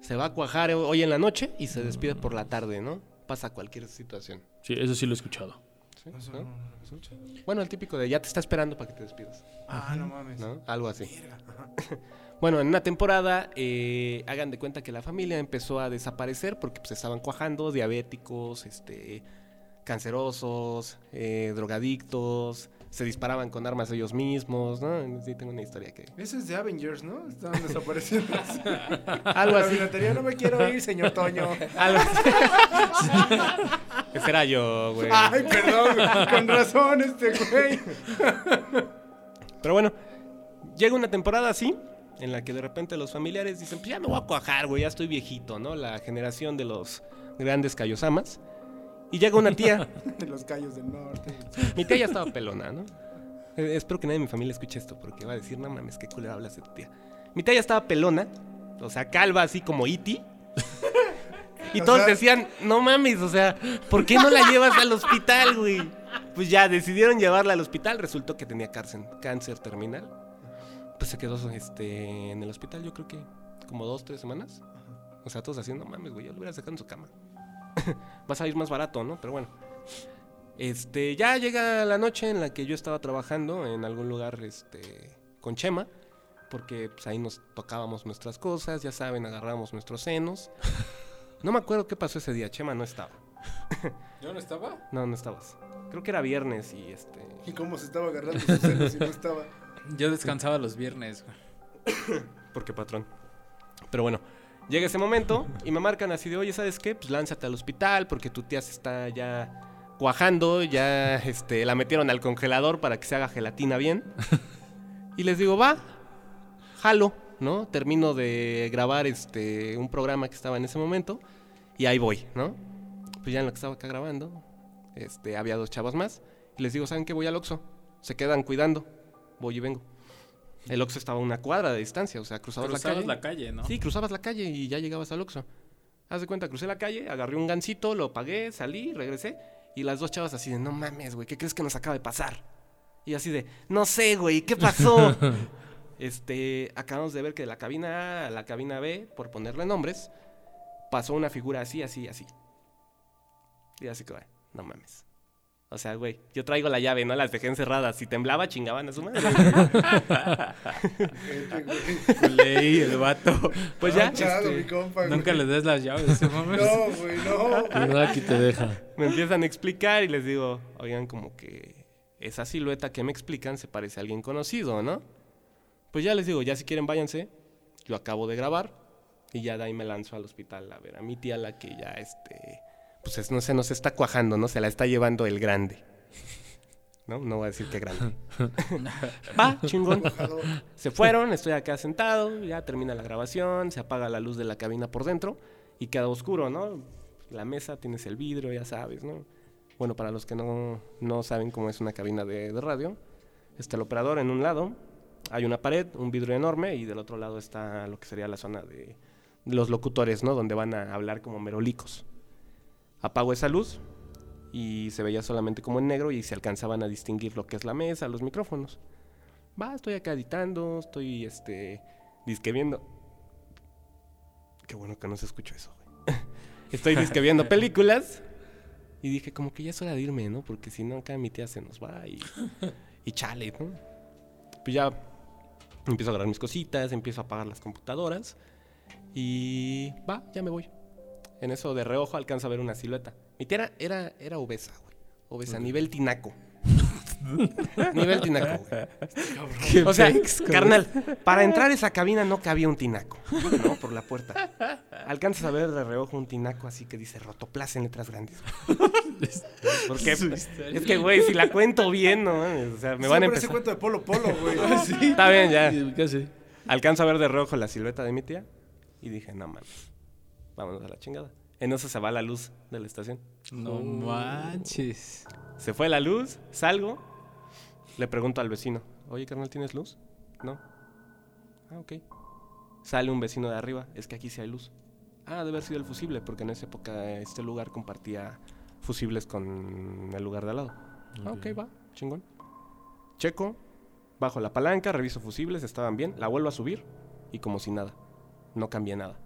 Speaker 4: se va a cuajar hoy en la noche y se despide por la tarde, ¿no? Pasa cualquier situación.
Speaker 5: Sí, eso sí lo he escuchado.
Speaker 4: ¿sí?
Speaker 2: No, eso
Speaker 4: ¿No?
Speaker 2: no, no lo escucho.
Speaker 4: Bueno, el típico de ya te está esperando para que te despidas,
Speaker 2: Ah, no mames.
Speaker 4: ¿no? Algo así.
Speaker 2: Mira, ajá.
Speaker 4: Bueno, en una temporada, eh, hagan de cuenta que la familia empezó a desaparecer porque pues, estaban cuajando diabéticos, este, cancerosos, eh, drogadictos, se disparaban con armas ellos mismos, ¿no? Sí, tengo una historia que...
Speaker 2: Eso es de Avengers, ¿no? Están desapareciendo.
Speaker 4: Algo
Speaker 2: La
Speaker 4: así.
Speaker 2: piratería no me quiero ir, señor Toño.
Speaker 4: Algo así. Ese era yo, güey.
Speaker 2: Ay, perdón, güey. con razón este güey.
Speaker 4: Pero bueno, llega una temporada así, en la que de repente los familiares dicen, pues ya me voy a cuajar, güey, ya estoy viejito, ¿no? La generación de los grandes Cayosamas. Y llega una tía.
Speaker 2: De los callos del norte.
Speaker 4: Mi tía ya estaba pelona, ¿no? Eh, espero que nadie de mi familia escuche esto porque va a decir, no mames, qué culero hablas de tu tía. Mi tía ya estaba pelona, o sea, calva así como Iti. Y
Speaker 2: O
Speaker 4: todos
Speaker 2: sea-
Speaker 4: decían, no mames, o sea, ¿por qué no la llevas al hospital, güey? Pues ya decidieron llevarla al hospital, resultó que tenía cárcel- cáncer terminal. Pues se quedó este, en el hospital, yo creo que como dos, tres semanas. O sea, todos haciendo, no mames, güey, yo lo hubiera sacado en su cama. Va a salir más barato, ¿no? Pero bueno. Este, ya llega la noche en la que yo estaba trabajando en algún lugar este, con Chema, porque pues, ahí nos tocábamos nuestras cosas, ya saben, agarrábamos nuestros senos. No me acuerdo qué pasó ese día, Chema no estaba.
Speaker 2: ¿Yo no estaba?
Speaker 4: No, no estabas. Creo que era viernes y este...
Speaker 2: ¿Y cómo se estaba agarrando sus celos si no estaba?
Speaker 3: Yo descansaba los viernes, güey.
Speaker 4: Porque patrón. Pero bueno, llega ese momento y me marcan así de, oye, ¿sabes qué? Pues lánzate al hospital porque tu tía se está ya cuajando, ya este, la metieron al congelador para que se haga gelatina bien. y les digo, va, jalo, ¿no? Termino de grabar este, un programa que estaba en ese momento y ahí voy, ¿no? Pues ya en lo que estaba acá grabando, este, había dos chavas más y les digo, ¿saben qué? Voy al Oxxo. Se quedan cuidando. Voy y vengo. El Oxxo estaba a una cuadra de distancia, o sea, cruzabas, la calle.
Speaker 3: calle, ¿no?
Speaker 4: Sí, cruzabas la calle y ya llegabas al Oxxo. Haz de cuenta, crucé la calle, agarré un gancito, lo pagué, salí, regresé. Y las dos chavas así de, no mames, güey, ¿qué crees que nos acaba de pasar? Y así de, no sé, güey, ¿qué pasó? este, acabamos de ver que de la cabina A a la cabina B, por ponerle nombres, pasó una figura así, así, así. Y así que, güey, no mames. O sea, güey, yo traigo la llave, no las dejé encerradas. Si temblaba, chingaban a su madre.
Speaker 2: Este güey.
Speaker 3: Ley, el vato.
Speaker 4: Pues
Speaker 2: Ah,
Speaker 4: ya,
Speaker 2: chado,
Speaker 4: este,
Speaker 2: mi compa, güey.
Speaker 3: Nunca le des las llaves, ¿no? mames?
Speaker 2: No, güey, no.
Speaker 5: Y nada que te deja.
Speaker 4: Me empiezan a explicar y les digo, oigan, como que esa silueta que me explican se parece a alguien conocido, ¿no? Pues ya les digo, ya si quieren váyanse, yo acabo de grabar y ya de ahí me lanzo al hospital a ver a mi tía, la que ya, este, pues es- no se nos está cuajando, ¿no? Se la está llevando el grande. ¿No? No voy a decir que grande. Va, chingón. Se fueron, estoy acá sentado, ya termina la grabación, se apaga la luz de la cabina por dentro y queda oscuro, ¿no? La mesa, tienes el vidrio, ya sabes, ¿no? Bueno, para los que no, no saben cómo es una cabina de, de radio, está el operador en un lado, hay una pared, un vidrio enorme y del otro lado está lo que sería la zona de los locutores, ¿no? Donde van a hablar como merolicos. Apago esa luz y se veía solamente como en negro y se alcanzaban a distinguir lo que es la mesa, los micrófonos. Va, estoy acá editando, estoy, este, disque viendo. Qué bueno que no se escuchó eso, güey. estoy disque viendo películas y dije, como que ya es hora de irme, ¿no? Porque si no, acá mi tía se nos va y, y chale, ¿no? Pues ya empiezo a agarrar mis cositas, empiezo a apagar las computadoras y va, ya me voy. En eso de reojo alcanza a ver una silueta. Mi tía era, era, era obesa, güey. Obesa, nivel tinaco. nivel tinaco, güey. O sea, carnal, para entrar a esa cabina no cabía un tinaco, ¿no? Por la puerta. Alcanzas a ver de reojo un tinaco así que dice Rotoplas en letras grandes. Porque es que, güey, si la cuento bien, no, mames, o sea, me van a
Speaker 2: Siempre ese
Speaker 4: empezar.
Speaker 2: cuento de Polo Polo, güey.
Speaker 4: Está bien, ya.
Speaker 5: Casi.
Speaker 4: Alcanzo a ver de rojo la silueta de mi tía y dije, no mames, vámonos a la chingada. En eso se va la luz de la estación.
Speaker 3: No manches.
Speaker 4: Se fue la luz, salgo, le pregunto al vecino, oye carnal, ¿tienes luz? No. Ah, ok. Sale un vecino de arriba, es que aquí sí hay luz. Ah, debe haber sido el fusible, porque en esa época este lugar compartía fusibles con el lugar de al lado. Ah, ok, va, chingón. Checo, bajo la palanca, reviso fusibles, estaban bien, la vuelvo a subir y como si nada, no cambié nada.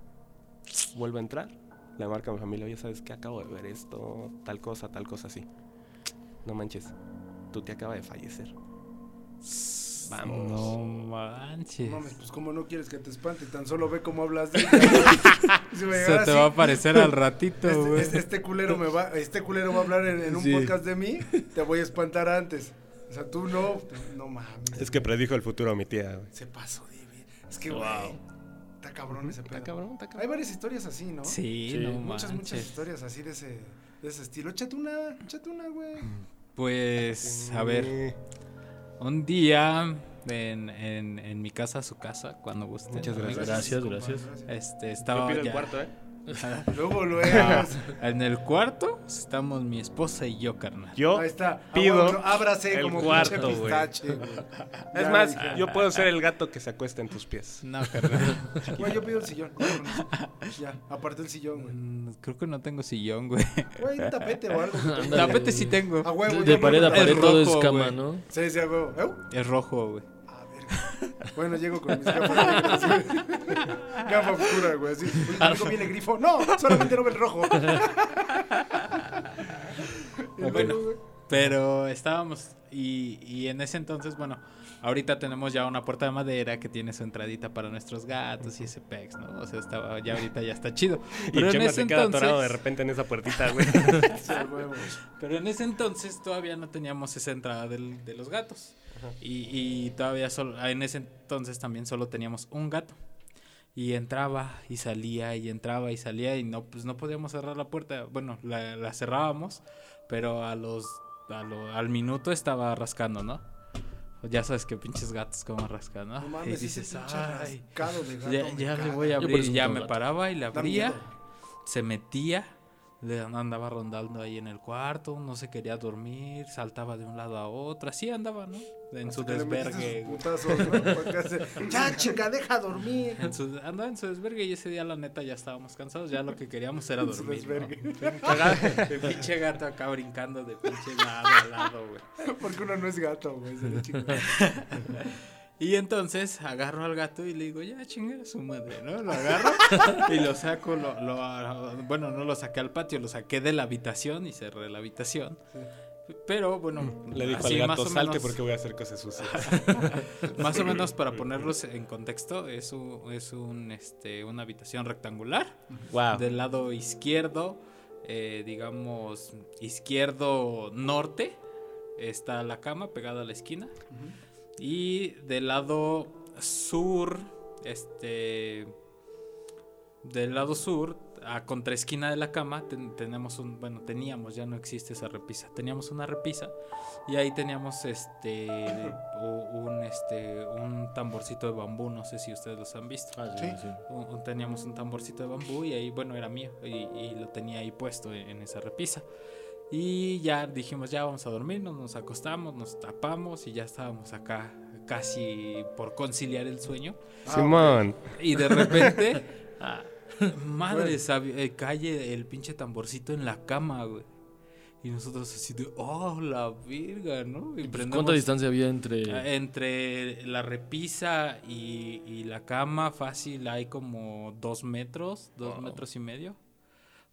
Speaker 4: Vuelvo a entrar, le marca a mi familia, oye, ¿sabes qué? Acabo de ver esto, tal cosa, tal cosa así. No manches, tú te acaba de fallecer. Vamos.
Speaker 3: No manches.
Speaker 2: Mames, pues como no quieres que te espante, tan solo ve cómo hablas de Si me
Speaker 3: Se
Speaker 2: llegara así,
Speaker 3: te va a aparecer al ratito,
Speaker 2: este,
Speaker 3: güey.
Speaker 2: este- este culero me va, este culero va a hablar en, en un
Speaker 5: Sí.
Speaker 2: podcast de mí, te voy a espantar antes. O sea, tú no, no mames.
Speaker 4: Es que predijo el futuro mi tía, güey.
Speaker 2: Se pasó, David. Es que, wow. Está Ah, cabrón ese pedo.
Speaker 4: Está cabrón, está cabrón.
Speaker 2: Hay varias historias así, ¿no?
Speaker 3: Sí,
Speaker 5: Sí.
Speaker 3: no
Speaker 2: Muchas, muchas
Speaker 3: manches.
Speaker 2: historias así de ese, de ese estilo. Échate una, échate una, güey.
Speaker 3: Pues, a
Speaker 4: Eh.
Speaker 3: ver, un día en, en- en mi casa, su casa, cuando gusten.
Speaker 4: Muchas
Speaker 3: amigos.
Speaker 5: Gracias, gracias.
Speaker 3: Este, estaba ya-
Speaker 4: ¿eh?
Speaker 2: Luego,
Speaker 4: Ah,
Speaker 2: luego.
Speaker 3: en el cuarto estamos mi esposa y yo, carnal.
Speaker 4: Yo
Speaker 2: Ahí está.
Speaker 4: pido.
Speaker 2: Aguanta, ábrase
Speaker 4: el
Speaker 2: como
Speaker 4: cuarto,
Speaker 2: pinche
Speaker 4: güey.
Speaker 2: pistache, güey.
Speaker 4: Es
Speaker 2: Ya
Speaker 4: más,
Speaker 2: dije.
Speaker 4: yo puedo ser el gato que se acuesta en tus pies.
Speaker 3: No, carnal.
Speaker 2: Güey, yo pido el sillón. ya con eso. Ya, aparte el sillón, güey.
Speaker 3: Mm, Creo que no tengo sillón, güey.
Speaker 2: Güey, un tapete o algo.
Speaker 5: Ándale.
Speaker 3: Tapete sí tengo.
Speaker 2: A huevo. yo
Speaker 5: De,
Speaker 2: me
Speaker 5: pared a
Speaker 2: acuerdo.
Speaker 5: pared todo es
Speaker 3: rojo,
Speaker 5: cama,
Speaker 3: güey.
Speaker 5: ¿no?
Speaker 2: Sí, sí, a huevo. ¿Eu?
Speaker 3: Es rojo, güey.
Speaker 2: A ver. güey. Bueno, llego con mis gafas negras. güey. Gafa oscura, güey. Así. Oye, ¿tu amigo viene grifo. No, solamente no ve el rojo. Y luego,
Speaker 3: Bueno.
Speaker 2: güey,
Speaker 3: Pero estábamos, y, y en ese entonces, bueno, ahorita tenemos ya una puerta de madera que tiene su entradita para nuestros gatos y ese pex, ¿no? O sea, estaba, ya ahorita ya está chido. Pero en ese entonces,
Speaker 4: repente en esa puertita, güey.
Speaker 2: sí, a huevo.
Speaker 3: pero en ese entonces todavía no teníamos esa entrada del- de los gatos. Y, y todavía solo, ah, en ese entonces también solo teníamos un gato. Y entraba y salía y entraba y salía y no, pues no podíamos cerrar la puerta. Bueno, la, la cerrábamos, pero a los, a lo- al minuto estaba rascando, ¿no? Ya sabes que pinches gatos como rascan, ¿no?
Speaker 2: No
Speaker 3: y
Speaker 2: mames,
Speaker 3: dices,
Speaker 2: ese pinche
Speaker 3: ay,
Speaker 2: rascado de gato.
Speaker 3: ya,
Speaker 2: me
Speaker 3: ya le
Speaker 2: caga.
Speaker 3: voy a
Speaker 5: Yo por
Speaker 3: abrir.
Speaker 5: eso
Speaker 3: Y
Speaker 5: no
Speaker 3: ya
Speaker 5: tengo
Speaker 3: me
Speaker 5: gato.
Speaker 3: paraba y le
Speaker 2: Da
Speaker 3: abría,
Speaker 2: miedo.
Speaker 3: se metía, le andaba rondando ahí en el cuarto, no se quería dormir, saltaba de un lado a otro, así andaba, ¿no? En su
Speaker 2: Que le metiste
Speaker 3: desvergue.
Speaker 2: sus
Speaker 3: güey.
Speaker 2: putazos, güey, para que hace, Ya, chica, deja dormir.
Speaker 3: En su- andaba en su desvergue y ese día la neta ya estábamos cansados, ya lo que queríamos era
Speaker 2: En su
Speaker 3: dormir. ¿no?
Speaker 2: desvergue.
Speaker 3: Cagado, El pinche gato acá brincando de pinche lado a lado, güey.
Speaker 2: Porque uno no es gato, güey. se le chinga.
Speaker 3: Y entonces agarro al gato y le digo, ya chingue a su madre, ¿no? Lo agarro y lo saco, lo, lo- bueno, no lo saqué al patio, lo saqué de la habitación y cerré la habitación. Pero bueno,
Speaker 4: Le dijo
Speaker 3: así
Speaker 4: al
Speaker 3: más
Speaker 4: gato,
Speaker 3: o
Speaker 4: salte
Speaker 3: menos-
Speaker 4: porque voy a hacer cosas sucias.
Speaker 3: Más o menos para ponerlos en contexto, es, un, es un, este, una habitación rectangular.
Speaker 4: wow.
Speaker 3: Del lado izquierdo, eh, digamos, izquierdo norte, está la cama pegada a la esquina. Y del lado sur, este. Del lado sur, a contraesquina de la cama, ten- tenemos un. Bueno, teníamos, ya no existe esa repisa. Teníamos una repisa y ahí teníamos este. u- un, este, un tamborcito de bambú, no sé si ustedes los han visto
Speaker 5: Ah, sí, sí.
Speaker 3: un- un- teníamos un tamborcito de bambú y ahí, bueno, era mío y, y lo tenía ahí puesto en, en esa repisa. Y ya dijimos, ya vamos a dormirnos, nos acostamos, nos tapamos y ya estábamos acá casi por conciliar el sueño.
Speaker 2: Ah,
Speaker 4: Simón.
Speaker 3: Y de repente, ah, madre, sabe- eh, calle el pinche tamborcito en la cama, güey. Y nosotros así de, oh, la virga, ¿no? Y pues,
Speaker 5: ¿Cuánta
Speaker 3: prendemos-
Speaker 5: distancia había entre...?
Speaker 3: Ah, Entre la repisa y, y la cama fácil hay como dos metros, dos
Speaker 5: Wow.
Speaker 3: metros y medio,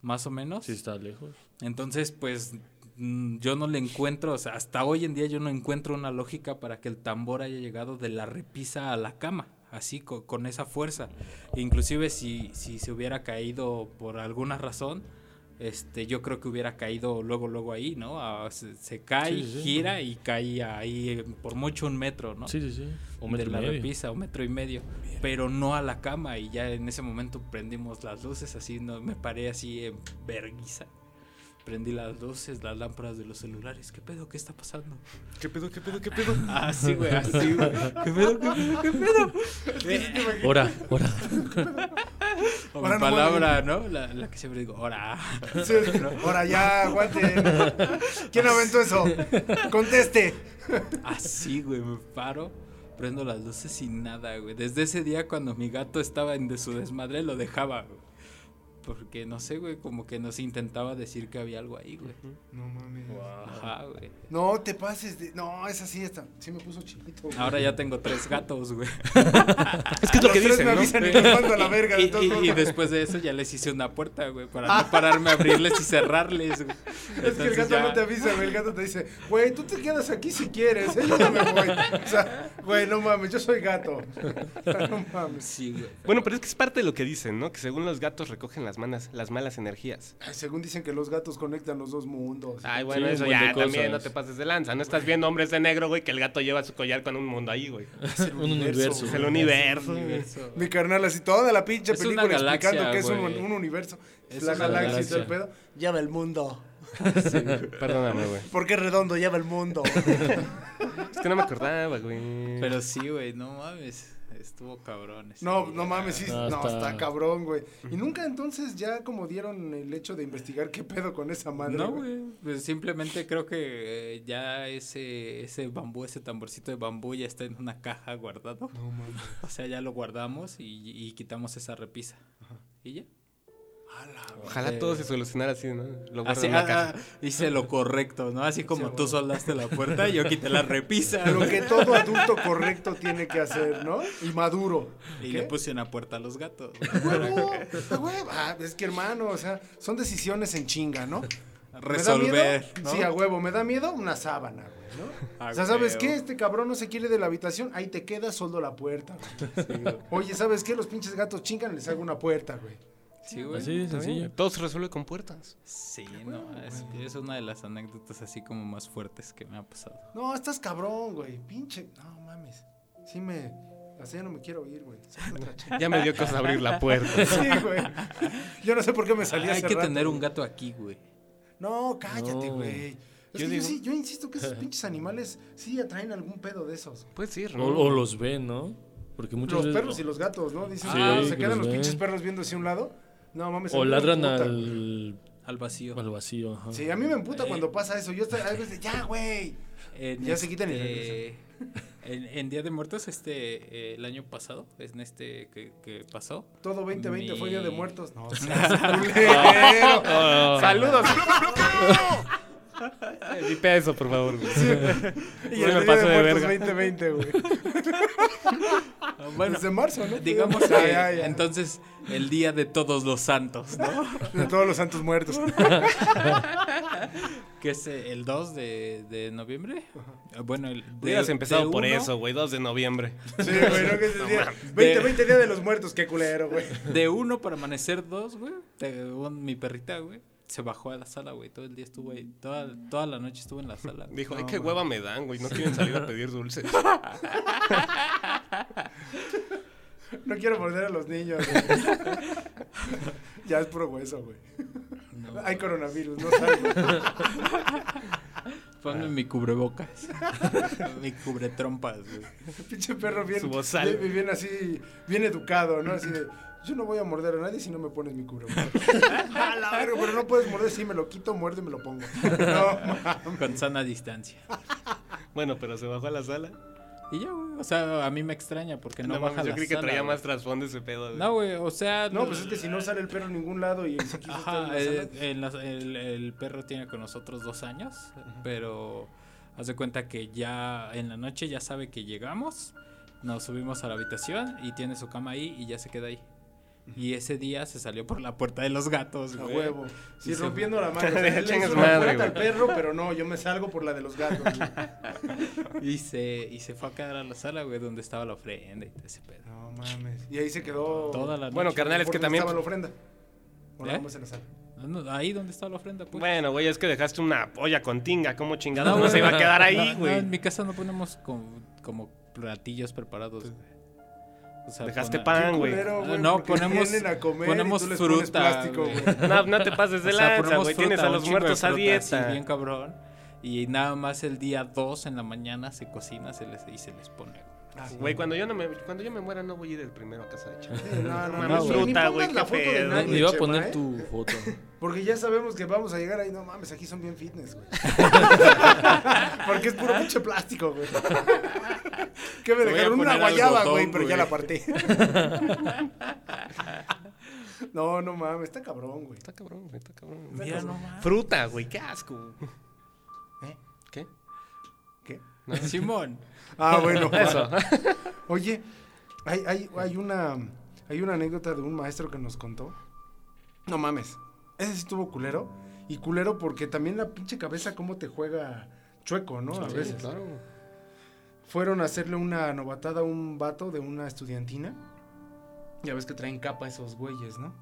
Speaker 3: más o menos.
Speaker 5: Sí, está lejos.
Speaker 3: Entonces, pues mm, yo no le encuentro, o sea, hasta hoy en día yo no encuentro una lógica para que el tambor haya llegado de la repisa a la cama, así co- con, esa fuerza. Inclusive si, si se hubiera caído por alguna razón, este, yo creo que hubiera caído luego, luego ahí, ¿no? Ah, se, se cae,
Speaker 5: Sí, sí, sí.
Speaker 3: gira y cae ahí eh, por mucho un metro, ¿no?
Speaker 5: Ah, Sí, sí, sí. O
Speaker 3: de
Speaker 5: metro y
Speaker 3: la
Speaker 5: medio.
Speaker 3: repisa, un metro y medio, pero no a la cama y ya en ese momento prendimos las luces, así no, me paré así en verguiza. Prendí las luces, las lámparas de los celulares. ¿Qué pedo? ¿Qué está pasando?
Speaker 2: ¿Qué pedo, qué pedo, qué pedo?
Speaker 3: Así, güey, así, güey. ¿Qué pedo? ¿Qué pedo? ¿Qué pedo?
Speaker 5: Hora, hora.
Speaker 3: O
Speaker 2: Ahora
Speaker 3: mi
Speaker 2: no puedo
Speaker 3: palabra, ¿no? La, la que siempre digo, ahora.
Speaker 2: Sí, Ahora ya, aguanten. ¿Quién aventó eso? Conteste.
Speaker 3: Así, güey, me paro, prendo las luces y nada, güey. Desde ese día cuando mi gato estaba en de su desmadre lo dejaba, güey. Porque no sé, güey, como que nos intentaba decir que había algo ahí, güey.
Speaker 2: No mames.
Speaker 3: Ajá, güey.
Speaker 2: No te pases de. No, esa sí está. Sí me puso chinito. güey.
Speaker 3: Ahora ya tengo tres gatos, güey.
Speaker 4: Es que es lo
Speaker 2: Los
Speaker 4: que
Speaker 2: tres
Speaker 4: dicen,
Speaker 2: me
Speaker 4: ¿no?
Speaker 2: avisan y los mando a la verga.
Speaker 3: Y,
Speaker 2: de todos
Speaker 3: y- y
Speaker 2: modos. Ah.
Speaker 3: después de eso ya les hice una puerta, güey, para no pararme a abrirles y cerrarles, güey.
Speaker 2: Es que el
Speaker 3: Entonces
Speaker 2: gato
Speaker 3: ya-
Speaker 2: no te avisa, güey. El gato te dice, güey, tú te quedas aquí si quieres, ¿eh? Yo no me voy. O sea, güey, no mames, yo soy gato. No mames.
Speaker 3: Sí, güey.
Speaker 4: Bueno, pero es que es parte de lo que dicen, ¿no? Que según los gatos recogen las, manas, las malas energías.
Speaker 2: Ay, según dicen que los gatos conectan los dos mundos.
Speaker 4: Ay, bueno,
Speaker 5: Sí,
Speaker 4: eso
Speaker 5: un buen
Speaker 4: ya
Speaker 5: de
Speaker 4: también no
Speaker 5: cosas.
Speaker 4: te pases de lanza. No estás viendo hombres de negro, güey, que el gato lleva su collar con un mundo ahí, güey.
Speaker 5: Un universo.
Speaker 4: Es el universo, güey.
Speaker 3: Universo.
Speaker 2: Mi carnal, así toda la pinche
Speaker 3: Es
Speaker 2: película
Speaker 3: una galaxia,
Speaker 2: explicando que es un,
Speaker 3: güey.
Speaker 2: un universo.
Speaker 3: Es
Speaker 2: la
Speaker 3: una
Speaker 2: galaxia y todo el
Speaker 5: galaxia.
Speaker 2: pedo. Lleva el mundo.
Speaker 4: Perdóname, güey.
Speaker 2: Porque es redondo, lleva el mundo.
Speaker 4: Es que no me acordaba, güey.
Speaker 3: Pero sí, güey, no mames. Estuvo cabrón. ese
Speaker 2: No,
Speaker 3: día.
Speaker 2: no mames, sí, no,
Speaker 5: No,
Speaker 2: está...
Speaker 5: está-
Speaker 2: cabrón, güey. Y nunca entonces ya como dieron el hecho de investigar qué pedo con esa madre.
Speaker 3: No, güey. Pues simplemente creo que eh, ya ese, ese bambú, ese tamborcito de bambú ya está en una caja guardado.
Speaker 2: No mames.
Speaker 3: O sea, ya lo guardamos y, y quitamos esa repisa. Y ya.
Speaker 4: Ojalá todo se solucionara Eh, así, ¿no? Lo guardo
Speaker 3: Así,
Speaker 4: en la
Speaker 3: ah,
Speaker 4: casa.
Speaker 3: ah, hice lo correcto, ¿no? Así como tú soldaste la puerta, yo quité la repisa
Speaker 2: Lo que todo adulto correcto tiene que hacer, ¿no? Y maduro.
Speaker 3: y
Speaker 2: ¿Qué?
Speaker 3: le puse una puerta a los gatos.
Speaker 2: ¡Huevo! ¡A huevo! Ah, es que hermano, o sea, son decisiones en chinga, ¿no? ¿Me da miedo?
Speaker 3: Resolver, ¿no?
Speaker 2: Sí, a huevo. ¿Me da miedo? Una sábana, güey, ¿no?
Speaker 3: A
Speaker 2: o sea, ¿sabes
Speaker 3: huevo.
Speaker 2: qué? Este cabrón no se quiere de la habitación. Ahí te quedas, soldo la puerta, güey. Oye, ¿sabes qué? Los pinches gatos chingan, les hago una puerta, güey.
Speaker 3: Sí, güey.
Speaker 5: Así de sencillo.
Speaker 4: Todo se resuelve con puertas.
Speaker 3: Sí, no, es, es una de las anécdotas así como más fuertes que me ha pasado.
Speaker 2: No, estás cabrón, güey. Pinche. No mames. Sí me. Así ya no me quiero ir, güey. Saca otra chinga.
Speaker 4: Ya me dio cosa abrir la puerta.
Speaker 2: Sí, güey. Yo no sé por qué me salía
Speaker 3: Hay que tener un gato aquí, güey.
Speaker 2: No, cállate,
Speaker 5: No.
Speaker 2: güey. Es
Speaker 4: Yo
Speaker 2: que yo,
Speaker 4: digo-
Speaker 2: sí- yo insisto que esos pinches animales sí atraen algún pedo de esos.
Speaker 4: Puedes ir,
Speaker 5: O,
Speaker 4: ¿no?
Speaker 5: o los ven, ¿no? Porque
Speaker 2: Los
Speaker 5: muchos veces-
Speaker 2: perros y los gatos, ¿no? Dicen,
Speaker 5: Sí,
Speaker 2: ah, se
Speaker 5: que
Speaker 2: quedan
Speaker 5: los
Speaker 2: los pinches
Speaker 5: ven.
Speaker 2: perros viendo hacia un lado. No mames. a
Speaker 5: O
Speaker 2: mí me
Speaker 5: ladran
Speaker 2: emputa, güey.
Speaker 5: al,
Speaker 3: Al vacío.
Speaker 5: al vacío, ajá.
Speaker 2: Sí, a mí me emputa
Speaker 3: Eh.
Speaker 2: cuando pasa eso. Yo hasta, a veces, ya, güey.
Speaker 3: En este
Speaker 2: Ya se quitan y
Speaker 3: En, en Día de Muertos, este, eh, el año pasado, en este que, que pasó.
Speaker 2: Todo 2020 fue Día de
Speaker 3: Mi-
Speaker 2: Muertos. No, seas culero.
Speaker 4: Ah, ¡Saludos! Dipea eso, Eh, por favor, güey.
Speaker 2: Y
Speaker 4: Sí,
Speaker 2: el
Speaker 4: me
Speaker 2: Día
Speaker 4: pasé
Speaker 2: de
Speaker 4: de
Speaker 2: Muertos
Speaker 4: verga.
Speaker 2: 2020, güey.
Speaker 3: Ah, Bueno,
Speaker 2: Desde marzo, ¿no?
Speaker 3: digamos que
Speaker 2: Ah, Ya, ya, ya.
Speaker 3: entonces el Día de Todos los Santos, ¿no?
Speaker 2: De todos los santos muertos.
Speaker 3: que es eh, el 2 de, de noviembre. Eh, Bueno, el de-
Speaker 4: Hubieras
Speaker 3: de
Speaker 4: empezado por
Speaker 3: uno-
Speaker 4: eso, güey. 2 de noviembre.
Speaker 2: Sí, güey, no que ese día- 2020 Día de los Muertos, qué culero, güey.
Speaker 3: De uno para amanecer dos, güey. Te- un- Mi perrita, güey. Se bajó a la sala, güey. Todo el día estuvo ahí. Toda, toda la noche estuvo en la sala. güey.
Speaker 4: Dijo, ay,
Speaker 3: No,
Speaker 4: qué
Speaker 3: güey.
Speaker 4: hueva me dan, güey. No quieren salir a pedir dulces.
Speaker 2: No quiero morder a los niños. güey. ya es puro hueso, güey. Hay coronavirus, no salgo.
Speaker 3: Ponme mi cubrebocas. mi cubretrompas, güey.
Speaker 2: Pinche perro bien,
Speaker 4: Su bozal.
Speaker 2: bien, bien así, bien educado, ¿no? Así de, Yo no voy a morder a nadie si no me pones mi cubrebocas. a la verga, pero no puedes morder. Si me lo quito, muerde y me lo pongo. No, ma-
Speaker 3: Con sana distancia.
Speaker 4: Bueno, pero se bajó a la sala.
Speaker 3: Y ya, güey. O sea, a mí me extraña porque no,
Speaker 4: No,
Speaker 3: baja
Speaker 4: mames, yo
Speaker 3: la
Speaker 4: creí que
Speaker 3: sala,
Speaker 4: traía
Speaker 3: güey.
Speaker 4: más trasfondo ese pedo. güey.
Speaker 3: No, güey, o sea.
Speaker 2: no, pues es que si no sale el perro a ningún lado y se quiso estar
Speaker 3: Ajá,
Speaker 2: en la
Speaker 3: eh,
Speaker 2: sala,
Speaker 3: en las- el, el perro tiene con nosotros dos años, pero haz de cuenta que ya en la noche ya sabe que llegamos, nos subimos a la habitación y tiene su cama ahí y ya se queda ahí. Y ese día se salió por la puerta de los gatos,
Speaker 2: A
Speaker 3: güey.
Speaker 2: huevo. Sí,
Speaker 3: Sí, se-
Speaker 2: rompiendo la mano. O sea, él le
Speaker 4: Chingas
Speaker 2: hizo una
Speaker 4: madre,
Speaker 2: puerta
Speaker 4: güey.
Speaker 2: al perro, pero no, yo me salgo por la de los gatos. güey.
Speaker 3: Y se, y se fue a quedar a la sala, güey, donde estaba la ofrenda y todo ese pedo.
Speaker 2: No mames. Y ahí se quedó.
Speaker 3: Toda la
Speaker 4: Bueno,
Speaker 3: noche.
Speaker 4: carnal, es
Speaker 2: Porque
Speaker 4: que también. pues
Speaker 2: Estaba la ofrenda. O la
Speaker 3: ¿Eh?
Speaker 2: vamos en la sala.
Speaker 3: No, no, ahí donde estaba la ofrenda, pues.
Speaker 4: Bueno, güey, es que dejaste una olla con tinga. ¿Cómo chingados no,
Speaker 3: güey,
Speaker 4: se iba a quedar
Speaker 3: no,
Speaker 4: ahí,
Speaker 3: no,
Speaker 4: güey?
Speaker 3: en mi casa no ponemos como, como platillos preparados, güey. O sea,
Speaker 4: Pues, Dejaste
Speaker 3: pone-
Speaker 4: pan,
Speaker 2: Qué
Speaker 4: Ah, güey.
Speaker 2: culero, güey,
Speaker 3: Ah, No,
Speaker 2: porque
Speaker 3: ponemos-
Speaker 2: vienen a comer
Speaker 3: ponemos
Speaker 2: y tú les pones
Speaker 3: fruta,
Speaker 2: plástico,
Speaker 3: güey.
Speaker 2: güey.
Speaker 4: No, no te pases de
Speaker 3: O sea,
Speaker 4: lanza,
Speaker 3: ponemos
Speaker 4: güey.
Speaker 3: fruta,
Speaker 4: Tienes a
Speaker 3: un
Speaker 4: los
Speaker 3: chingo de
Speaker 4: muertos a
Speaker 3: fruta, así,
Speaker 4: dieta.
Speaker 3: bien cabrón. Y nada más el día 2 en la mañana se cocina se les, y se les pone.
Speaker 4: Ah, Güey, cuando yo no me cuando yo me muera no voy a ir el primero a casa de Chava.
Speaker 2: Sí, no, no,
Speaker 4: Mames,
Speaker 2: no, güey. Ni
Speaker 4: fruta, güey,
Speaker 2: pongas la
Speaker 4: qué
Speaker 2: foto de
Speaker 4: pedo,
Speaker 2: nadie,
Speaker 5: Me iba a
Speaker 2: Chema,
Speaker 5: poner
Speaker 2: ¿eh?
Speaker 5: tu foto.
Speaker 2: Porque ya sabemos que vamos a llegar ahí, no mames, aquí son bien fitness, güey. Porque es puro pinche plástico, güey. ¿Qué me
Speaker 3: Te voy a
Speaker 2: dejaron? Una
Speaker 3: poner
Speaker 2: guayaba,
Speaker 3: algodón,
Speaker 2: güey, pero ya
Speaker 3: güey.
Speaker 2: la partí. no, no mames, está cabrón, güey.
Speaker 4: Está cabrón, güey, está cabrón.
Speaker 3: Mira nomás.
Speaker 4: Fruta, güey, qué asco.
Speaker 2: ¿Eh?
Speaker 4: ¿Qué?
Speaker 2: ¿Qué?
Speaker 3: Simón.
Speaker 2: Ah, bueno. Eso. Oye, hay, hay, hay una, hay una anécdota de un maestro que nos contó. No mames. Ese sí estuvo culero. Y culero porque también la pinche cabeza cómo te juega chueco, ¿no? A veces.
Speaker 4: claro.
Speaker 2: Fueron a hacerle una novatada a un vato de una estudiantina. Ya ves que traen capa esos güeyes, ¿no?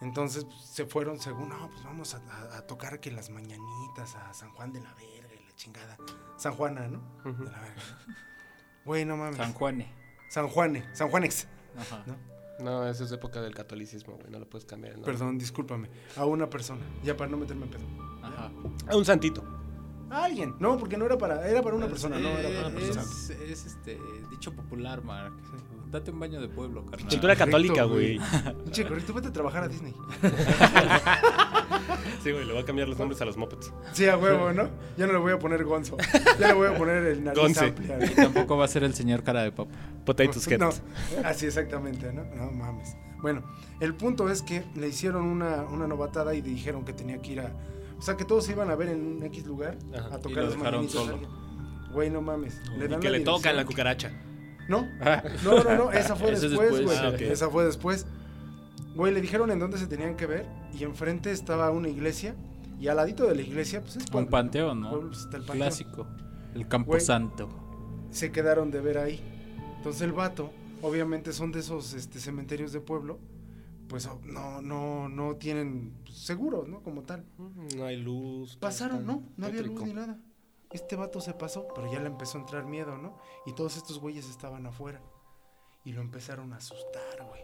Speaker 2: Entonces pues, se fueron según, no, pues vamos a, a- a tocar que las mañanitas a San Juan de la Verga y la chingada. San Juana, ¿no? De la Verga. Güey, no mames.
Speaker 3: San Juane.
Speaker 2: San Juane, San Juanex.
Speaker 3: Ajá.
Speaker 2: ¿no?
Speaker 4: No, eso es época del catolicismo, güey, no lo puedes cambiar. ¿no?
Speaker 2: Perdón, discúlpame. A una persona, ya para no meterme en pedo.
Speaker 3: Ajá.
Speaker 4: A un santito.
Speaker 2: A alguien. No, porque no era para, era para una persona, no era para una
Speaker 3: Pues es,
Speaker 2: persona.
Speaker 3: es, este dicho popular, Mark. Date un baño de pueblo, carnal.
Speaker 4: Cultura
Speaker 2: Correcto,
Speaker 4: católica, güey.
Speaker 2: Che, correcto, vete a trabajar a Disney.
Speaker 4: Sí, güey, le voy a cambiar los nombres a los mopeds.
Speaker 2: Sí, a huevo, ¿no? Ya no le voy a poner Gonzo. Ya le voy a poner el nariz
Speaker 4: Gonce.
Speaker 2: amplia.
Speaker 3: Y tampoco va a ser el señor cara de papa.
Speaker 4: Potatoes head.
Speaker 2: No, así exactamente, ¿no? No mames. Bueno, el punto es que le hicieron una, una novatada y dijeron que tenía que ir a. O sea, que todos se iban a ver en un X lugar
Speaker 4: Ajá,
Speaker 2: a
Speaker 3: y
Speaker 2: tocar
Speaker 3: lo
Speaker 2: las
Speaker 3: dejaron
Speaker 2: mañanitas. a
Speaker 3: solo.
Speaker 2: alguien. Güey, no mames. le
Speaker 4: Y
Speaker 2: dan
Speaker 4: que
Speaker 2: la
Speaker 4: le tocan la
Speaker 2: dirección.
Speaker 4: cucaracha.
Speaker 2: No, no, no, no, esa fue
Speaker 5: Esa es
Speaker 2: después,
Speaker 5: después.
Speaker 2: güey.
Speaker 4: Ah, ok.
Speaker 2: Esa fue después. Güey, le dijeron en dónde se tenían que ver y enfrente estaba una iglesia y al ladito de la iglesia, pues es
Speaker 3: Un
Speaker 2: pueblo.
Speaker 3: panteón, ¿no?
Speaker 2: Pueblo, pues, está el panteón.
Speaker 3: Clásico. El Camposanto.
Speaker 2: Se quedaron de ver ahí. Entonces el vato, obviamente son de esos este, cementerios de pueblo, pues oh, no, no, no tienen seguros, ¿no? Como tal.
Speaker 4: No hay luz. todo
Speaker 2: Pasaron,
Speaker 4: está
Speaker 2: ¿no? No había luz
Speaker 4: tétrico.
Speaker 2: ni nada. Este vato se pasó, pero ya le empezó a entrar miedo, ¿no? Y todos estos güeyes estaban afuera. Y lo empezaron a asustar, güey.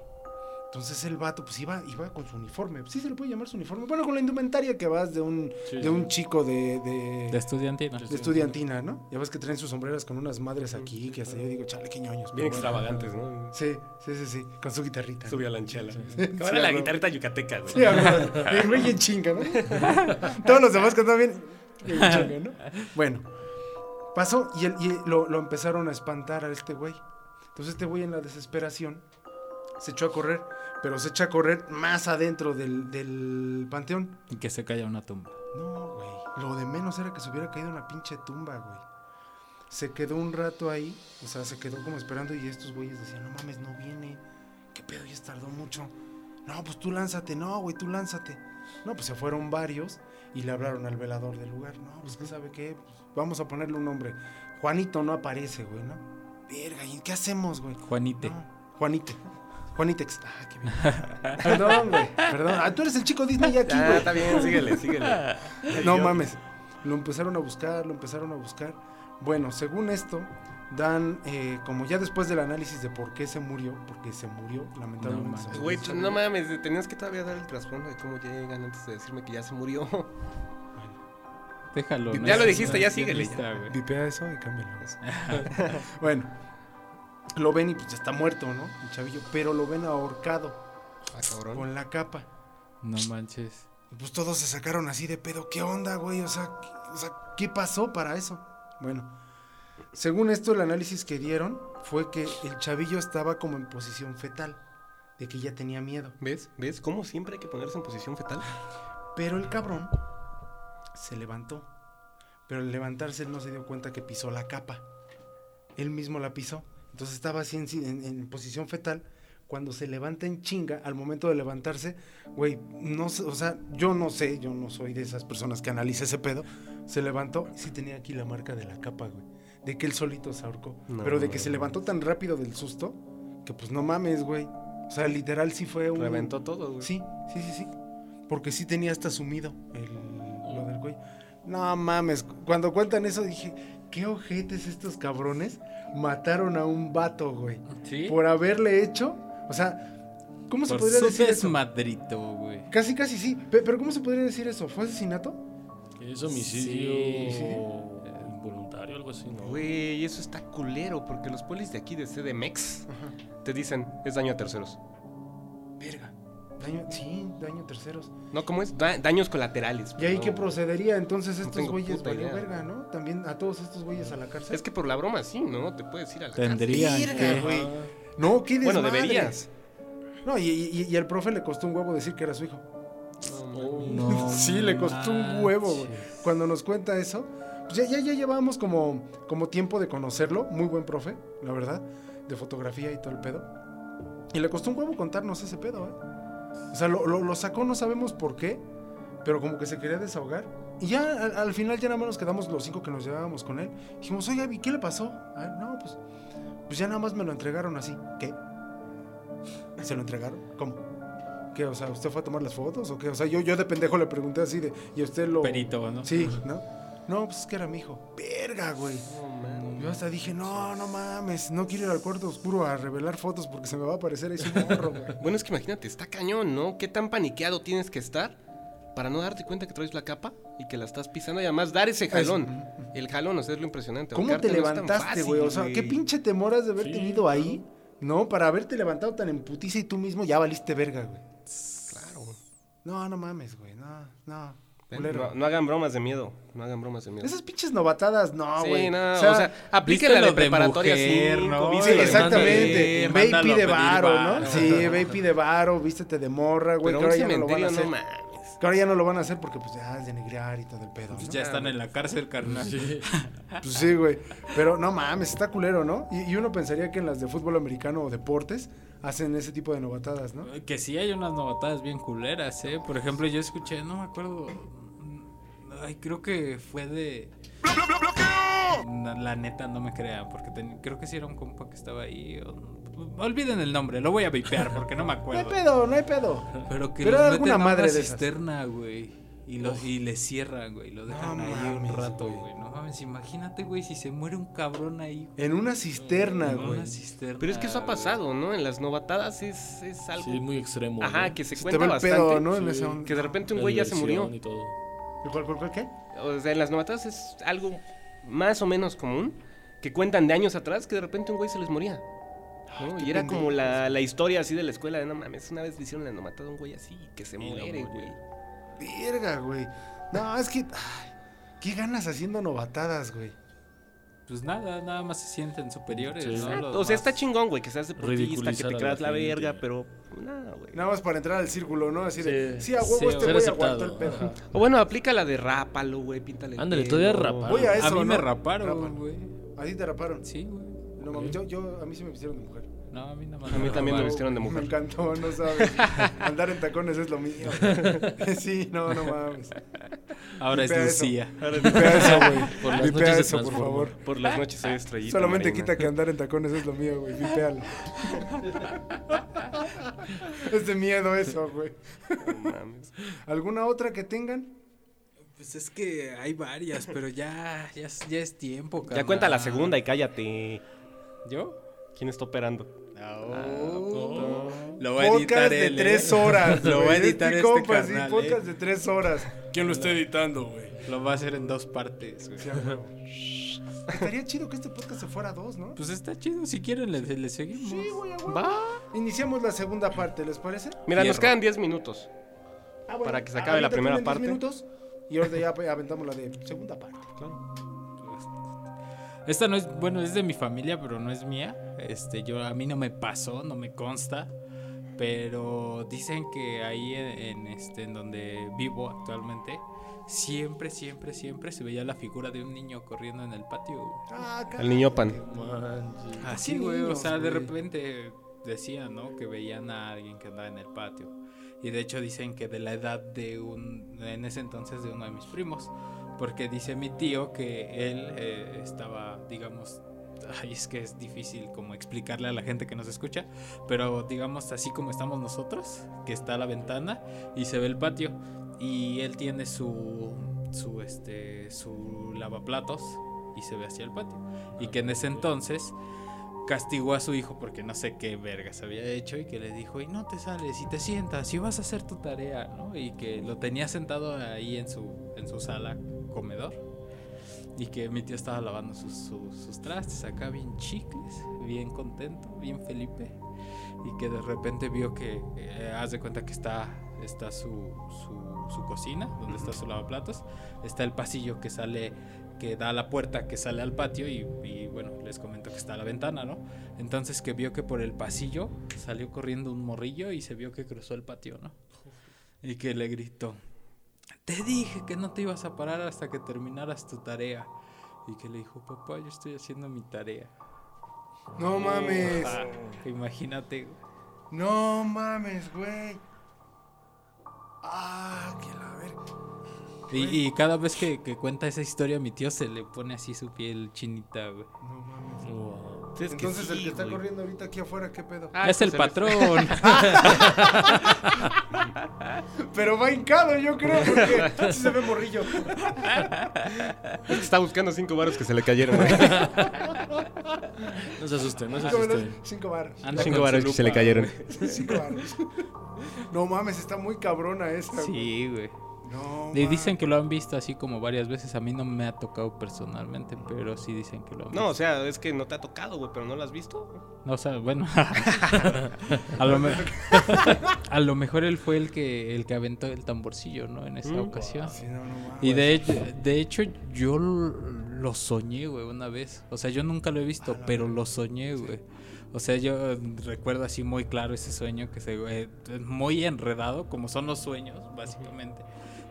Speaker 2: Entonces el vato, pues iba, iba con su uniforme. Sí se le puede llamar su uniforme. Bueno, con la indumentaria que vas de un,
Speaker 5: Sí,
Speaker 2: de
Speaker 5: sí.
Speaker 2: un chico de, de,
Speaker 3: De estudiantina.
Speaker 2: de estudiantina, ¿no? Ya ves que traen sus sombreras con unas madres aquí, que hasta yo digo, chale, qué ñoños.
Speaker 4: Bien
Speaker 2: pero bueno.
Speaker 4: extravagantes, ¿no?
Speaker 2: Sí, sí, sí, sí. Con su guitarrita. ¿no?
Speaker 4: Subí a la anchela.
Speaker 2: sí,
Speaker 4: Ahora la
Speaker 2: güey.
Speaker 4: guitarrita yucateca, güey.
Speaker 2: Sí, a huevo. El güey en chinga, ¿no? Todos los demás cantaban bien. en chinga, ¿no? Bueno, pasó y, el- y lo, lo empezaron a espantar a este güey. Entonces este güey en la desesperación se echó a correr, pero se echa a correr más adentro del, del panteón.
Speaker 3: Y que se calla una tumba.
Speaker 2: No, güey. Lo de menos era que se hubiera caído en una pinche tumba, güey. Se quedó un rato ahí, o sea, se quedó como esperando y estos güeyes decían, no mames, no viene. ¿Qué pedo? Ya se tardó mucho. No, pues tú lánzate, no, güey, tú lánzate. No, pues se fueron varios y le hablaron al velador del lugar. No, pues que sabe qué, Pues, vamos a ponerle un nombre. Juanito no aparece, güey, ¿no? Verga, ¿y qué hacemos, güey?
Speaker 3: Juanite.
Speaker 2: No, Juanite. Juanitex. Ah, qué bien. Perdón, güey. Perdón. Ah, tú eres el chico Disney ya aquí,
Speaker 4: Ah,
Speaker 2: güey.
Speaker 4: está bien, síguele, síguele.
Speaker 2: No mames. Lo empezaron a buscar, lo empezaron a buscar. Bueno, según esto, dan, eh, como ya después del análisis de por qué se murió, porque se murió, lamentablemente.
Speaker 3: No
Speaker 2: se
Speaker 4: Güey,
Speaker 2: murió.
Speaker 4: tú- no mames, tenías que todavía dar el trasfondo de cómo llegan antes de decirme que ya se murió.
Speaker 3: Déjalo.
Speaker 4: Ya
Speaker 3: no
Speaker 4: lo
Speaker 3: seas
Speaker 4: dijiste, ya síguele,
Speaker 3: guionista, güey.
Speaker 2: Vipea eso y cámbialo. bueno, lo ven y pues ya está muerto, ¿no? El chavillo, pero lo ven ahorcado.
Speaker 4: Ah, cabrón.
Speaker 2: con la capa.
Speaker 3: No manches.
Speaker 2: Y pues todos se sacaron así de pedo. ¿Qué onda, güey? O sea, ¿qué, o sea, ¿qué pasó para eso? Bueno, según esto, el análisis que dieron fue que el chavillo estaba como en posición fetal, de que ya tenía miedo.
Speaker 4: ¿Ves? ¿Ves cómo siempre hay que ponerse en posición fetal?
Speaker 2: Pero el cabrón se levantó. Pero al levantarse él no se dio cuenta que pisó la capa. Él mismo la pisó. Entonces estaba así en, si- en- en posición fetal. Cuando se levanta en chinga, al momento de levantarse, güey, no sé, o sea, yo no sé, yo no soy de esas personas que analiza ese pedo. Se levantó y sí tenía aquí la marca de la capa, güey. De que él solito se ahorcó.
Speaker 4: No
Speaker 2: pero de que se
Speaker 4: mames.
Speaker 2: levantó tan rápido del susto, que pues no mames, güey. O sea, literal sí fue un...
Speaker 4: Reventó todo, güey.
Speaker 2: Uh, Sí, sí, sí, sí. Porque sí tenía hasta sumido el, lo del cuello. No mames, cu- cuando cuentan eso dije, qué ojetes estos cabrones mataron a un vato, güey.
Speaker 3: ¿Sí?
Speaker 2: Por haberle hecho, o sea, ¿cómo se
Speaker 3: Por
Speaker 2: podría
Speaker 3: su
Speaker 2: decir eso?
Speaker 3: desmadrito, güey.
Speaker 2: Casi, casi sí. Pe- Pero ¿cómo se podría decir eso? ¿Fue asesinato?
Speaker 5: Es homicidio
Speaker 3: Sí.
Speaker 5: involuntario, algo así, ¿no?
Speaker 4: Güey, eso está culero, porque los polis de aquí de CDMX te dicen es daño a terceros.
Speaker 2: Verga. Daño, sí, daño a terceros.
Speaker 4: No, ¿cómo es? Da- daños colaterales.
Speaker 2: ¿Y ahí
Speaker 4: perdón,
Speaker 2: qué
Speaker 4: güey.
Speaker 2: procedería? Entonces estos
Speaker 4: tengo
Speaker 2: güeyes
Speaker 4: puta
Speaker 2: valió
Speaker 4: idea.
Speaker 2: verga, ¿no? También a todos estos güeyes a la cárcel.
Speaker 4: Es que por la broma sí, ¿no? Te puedes ir a la
Speaker 3: Tendrían
Speaker 4: cárcel.
Speaker 3: que-
Speaker 2: güey. No, qué
Speaker 4: Bueno,
Speaker 2: desmadre.
Speaker 4: deberías.
Speaker 2: No, y, y, y al profe le costó un huevo decir que era su hijo.
Speaker 3: No
Speaker 2: sí, le costó un huevo, güey.
Speaker 3: manches.
Speaker 2: Cuando nos cuenta eso, pues ya, ya, ya llevábamos como, como tiempo de conocerlo. Muy buen profe, la verdad, de fotografía y todo el pedo. Y le costó un huevo contarnos ese pedo, ¿eh? O sea, lo, lo- lo sacó, no sabemos por qué, pero como que se quería desahogar. Y ya al, al final ya nada más nos quedamos los cinco que nos llevábamos con él. Dijimos, oye, Abby, ¿qué le pasó? Ah, no, pues, pues ya nada más me lo entregaron así. ¿Qué? ¿Se lo entregaron? ¿Cómo? ¿Qué? O sea, ¿usted fue a tomar las fotos o qué? O sea, yo, yo de pendejo le pregunté así de, ¿y a usted lo...?
Speaker 3: Perito, ¿no?
Speaker 2: Sí, ¿no? No, pues es que era mi hijo. Verga, güey.
Speaker 4: No, man.
Speaker 2: Yo hasta dije, no, no mames, no quiero ir al cuarto oscuro a revelar fotos porque se me va a aparecer ahí su morro, güey.
Speaker 4: Bueno, es que imagínate, está cañón, ¿no? ¿Qué tan paniqueado tienes que estar para no darte cuenta que traes la capa y que la estás pisando? Y además dar ese jalón. El jalón, o sea, es lo impresionante.
Speaker 2: ¿Cómo te
Speaker 4: Ahorcarte no es tan
Speaker 2: levantaste, güey?
Speaker 4: fácil,
Speaker 2: O sea, ¿qué
Speaker 4: güey.
Speaker 2: pinche temor has de haber
Speaker 5: Sí,
Speaker 2: tenido ahí? No, para haberte levantado tan en putiza y tú mismo ya valiste verga, güey.
Speaker 4: Claro.
Speaker 2: No, no mames, güey. No, no.
Speaker 4: Ven,
Speaker 2: culero.
Speaker 4: No, no hagan bromas de miedo. No hagan bromas de miedo.
Speaker 2: Esas pinches novatadas, no,
Speaker 4: sí,
Speaker 2: güey.
Speaker 4: no, o sea,
Speaker 3: vístelo
Speaker 4: aplíquenla de
Speaker 3: de
Speaker 4: preparatoria
Speaker 3: mujer,
Speaker 4: cinco,
Speaker 3: ¿no?
Speaker 2: Sí,
Speaker 4: vístelo de
Speaker 2: exactamente.
Speaker 4: mujer,
Speaker 3: Mándalo a
Speaker 2: Ve y
Speaker 3: pedir
Speaker 2: pide varo,
Speaker 3: varo.
Speaker 2: ¿no? Sí, ve y pide varo, vístete de morra, güey.
Speaker 4: Pero
Speaker 2: Que
Speaker 4: un
Speaker 2: ahora ya no lo van a
Speaker 4: cementerio, no
Speaker 2: hacer.
Speaker 4: mames.
Speaker 2: Que ahora ya no lo van a hacer porque pues ya es denigrar y todo el pedo.
Speaker 3: Pues
Speaker 2: ¿no?
Speaker 3: ya están en la cárcel, carnal.
Speaker 5: Sí.
Speaker 2: Pues sí, güey. Pero no mames, está culero, ¿no? Y, y uno pensaría que en las de fútbol americano o deportes hacen ese tipo de novatadas, ¿no?
Speaker 3: Que sí hay unas novatadas bien culeras, ¿eh? Por ejemplo, yo escuché, no me acuerdo. Ay, creo que fue de. No, la neta, no me crean, porque ten- creo que sí era un compa que estaba ahí. o- Olviden el nombre, lo voy a vipear porque no
Speaker 2: No
Speaker 3: me
Speaker 2: hay
Speaker 3: acuerdo.
Speaker 2: pedo, no hay pedo.
Speaker 3: Pero que
Speaker 2: Pero
Speaker 3: los
Speaker 2: era
Speaker 3: meten
Speaker 2: alguna
Speaker 3: a
Speaker 2: madre
Speaker 3: una
Speaker 2: de esas.
Speaker 3: cisterna, güey. Y, los, y le cierran, güey. Lo dejan ahí un rato, güey. No mames, imagínate, güey, si se muere un cabrón ahí.
Speaker 2: En una cisterna,
Speaker 3: en
Speaker 2: güey.
Speaker 3: una cisterna.
Speaker 4: Pero es que eso ha
Speaker 3: güey.
Speaker 4: pasado, ¿no? En las novatadas es, es algo.
Speaker 5: Sí, es muy extremo.
Speaker 4: Ajá,
Speaker 5: ¿no?
Speaker 4: que
Speaker 2: Se
Speaker 4: se
Speaker 2: te
Speaker 4: cuenta
Speaker 2: va el
Speaker 4: bastante.
Speaker 2: pedo, ¿no? En
Speaker 5: Sí.
Speaker 2: esa onda.
Speaker 4: Que de repente un
Speaker 5: La
Speaker 4: güey ya se murió.
Speaker 5: diversión y todo.
Speaker 2: ¿Y ¿Cuál, cuál, cuál, qué?
Speaker 4: O sea, en las novatadas es algo más o menos común que cuentan de años atrás que de repente un güey se les moría. ¿no?
Speaker 2: qué
Speaker 4: Y era
Speaker 2: pendejo.
Speaker 4: como la, la historia así de la escuela de no mames, una vez le hicieron la nomatada a un güey así que se
Speaker 3: Y lo
Speaker 4: muere,
Speaker 3: murió.
Speaker 4: güey.
Speaker 2: Verga, güey. No, es que. ay, ¿Qué ganas haciendo novatadas, güey?
Speaker 3: Pues nada, nada más se sienten superiores.
Speaker 5: Sí.
Speaker 3: ¿no?
Speaker 5: Exacto,
Speaker 3: Los
Speaker 4: O sea,
Speaker 3: más-
Speaker 4: está chingón, güey, que seas deportista, que
Speaker 5: Ridiculizar
Speaker 4: te
Speaker 5: a
Speaker 4: creas la,
Speaker 5: la gente.
Speaker 4: verga, pero nada, güey.
Speaker 2: Nada más para entrar al círculo, ¿no? Así de. Sí,
Speaker 5: Sí.
Speaker 2: a huevo,
Speaker 3: Sí,
Speaker 2: este
Speaker 5: ser
Speaker 2: güey aguantó el
Speaker 5: aceptado,
Speaker 2: pedo.
Speaker 5: ajá.
Speaker 4: O bueno, aplica la de rápalo, güey, píntale. el
Speaker 5: Ándale,
Speaker 4: pelo.
Speaker 5: todavía rápalo.
Speaker 2: Voy a eso.
Speaker 3: A mí me
Speaker 2: ¿no?
Speaker 3: raparon,
Speaker 2: Rapan.
Speaker 3: güey.
Speaker 2: A ti te raparon.
Speaker 3: Sí, güey.
Speaker 2: No mames, yo, yo, a mí sí me vistieron de mujer.
Speaker 3: No, a mí nada más.
Speaker 4: A mí también me
Speaker 3: raparon.
Speaker 4: vistieron de
Speaker 2: Me
Speaker 4: mujer.
Speaker 2: encantó, no sabes. Andar en tacones es lo mío. Sí, no, no mames.
Speaker 3: Ahora es
Speaker 2: Vipea eso.
Speaker 3: Lucía.
Speaker 2: Vipea eso, güey.
Speaker 5: Por las
Speaker 2: Vipea
Speaker 5: noches se
Speaker 2: eso, por
Speaker 5: transforma.
Speaker 2: favor.
Speaker 4: Por las noches soy estrellita.
Speaker 2: Solamente
Speaker 4: marina.
Speaker 2: quita que andar en tacones es lo mío, güey. Vipealo. es de miedo eso, güey.
Speaker 4: No mames.
Speaker 2: ¿Alguna otra que tengan?
Speaker 3: Pues es que hay varias, pero ya, ya, es- ya es tiempo, carnal.
Speaker 4: Ya cuenta la segunda y cállate.
Speaker 3: ¿Yo?
Speaker 4: ¿Quién está operando?
Speaker 3: No. Ah, Lo va a
Speaker 2: Oh. Podcast
Speaker 3: editar
Speaker 2: de
Speaker 3: él, ¿eh?
Speaker 2: tres horas.
Speaker 3: Lo
Speaker 2: güey.
Speaker 3: va a editar
Speaker 2: Este
Speaker 3: este
Speaker 2: compa, sí,
Speaker 3: carnal, ¿eh?
Speaker 2: podcast de tres horas.
Speaker 5: ¿Quién lo está editando, güey?
Speaker 3: Lo va a hacer en dos partes, güey.
Speaker 2: Sí, a huevo. Estaría chido que este podcast se fuera a dos, ¿no?
Speaker 3: Pues está chido, si quieren le, le seguimos.
Speaker 2: Sí, güey, a huevo.
Speaker 4: Va.
Speaker 2: Iniciamos la segunda parte, ¿les parece?
Speaker 4: Mira, nos
Speaker 3: Fierro.
Speaker 4: quedan 10 minutos. Para que se acabe la
Speaker 2: Ah, ahorita
Speaker 4: primera
Speaker 2: tienen diez
Speaker 4: parte.
Speaker 2: minutos y ahorita ya pues, aventamos la de segunda parte.
Speaker 3: Esta no es, bueno, es de mi familia, pero no es mía. Este, yo a mí no me pasó, no me consta. Pero dicen que ahí en, en, este, en donde vivo actualmente, siempre, siempre, siempre se veía la figura de un niño corriendo en el patio. güey.
Speaker 2: Ah,
Speaker 4: El niño pan.
Speaker 3: Así,
Speaker 2: qué
Speaker 3: güey. O
Speaker 2: niños,
Speaker 3: sea, de
Speaker 2: güey?
Speaker 3: repente decían, ¿no? Que veían a alguien que andaba en el patio. Y de hecho dicen que de la edad de un, en ese entonces, de uno de mis primos. Porque dice mi tío que él eh, estaba, digamos, ay, es que es difícil como explicarle a la gente que nos escucha, pero digamos así como estamos nosotros, que está la ventana y se ve el patio y él tiene su su este su lavaplatos y se ve hacia el patio y que en ese entonces castigó a su hijo porque no sé qué vergas había hecho y que le dijo y no te sales y te sientas y vas a hacer tu tarea ¿no? y que lo tenía sentado ahí en su en su sala comedor y que mi tío estaba lavando sus, sus, sus trastes acá bien chicles bien contento bien Felipe y que de repente vio que eh, haz de cuenta que está está su, su, su cocina donde está su lavaplatos está el pasillo que sale que da a la puerta que sale al patio y, y, bueno les comento que está la ventana no entonces que vio que por el pasillo salió corriendo un morrillo y se vio que cruzó el patio no y que le gritó te dije que no te ibas a parar hasta que terminaras tu tarea y que le dijo papá yo estoy haciendo mi tarea
Speaker 2: No mames.
Speaker 3: imagínate
Speaker 2: No mames, güey. Ah, que la ver.
Speaker 3: Y, y cada vez que, que cuenta esa historia, mi tío se le pone así su piel chinita, güey.
Speaker 2: No mames.
Speaker 5: Wow.
Speaker 2: Entonces el que está corriendo ahorita aquí afuera, ¿qué pedo?
Speaker 4: Ah,
Speaker 3: es el
Speaker 4: pues, se
Speaker 3: patrón.
Speaker 2: Pero va hincado, yo creo, porque sí se ve morrillo.
Speaker 4: Es que está buscando cinco varos que se le cayeron. güey.
Speaker 5: No se asusten, no se
Speaker 2: Cinco, varos,
Speaker 5: asusten.
Speaker 2: cinco varos.
Speaker 3: Anda
Speaker 4: cinco
Speaker 3: con
Speaker 4: varos
Speaker 3: su
Speaker 4: que se
Speaker 3: lupa,
Speaker 4: le cayeron.
Speaker 2: Cinco varos. No mames, está muy cabrona esa.
Speaker 3: güey.
Speaker 2: güey.
Speaker 3: Sí, güey.
Speaker 2: No.
Speaker 3: Y
Speaker 2: mames.
Speaker 3: dicen que lo han visto así como varias veces. A mí no me ha tocado personalmente, pero sí dicen que lo han visto.
Speaker 4: No, o sea, es que no te ha tocado, güey, pero no lo has visto.
Speaker 3: No, o sea, bueno. a, lo me- a lo mejor él fue el que, el que aventó el tamborcillo, ¿no? En esa
Speaker 4: Mm.
Speaker 3: ocasión.
Speaker 2: Sí, no, no mames.
Speaker 3: Y de, hecho- de hecho, yo lo soñé, güey, una vez. O sea, yo nunca lo he visto, pero lo soñé, güey. O sea, yo eh, recuerdo así muy claro ese sueño que se. eh, es muy enredado, como son los sueños, básicamente.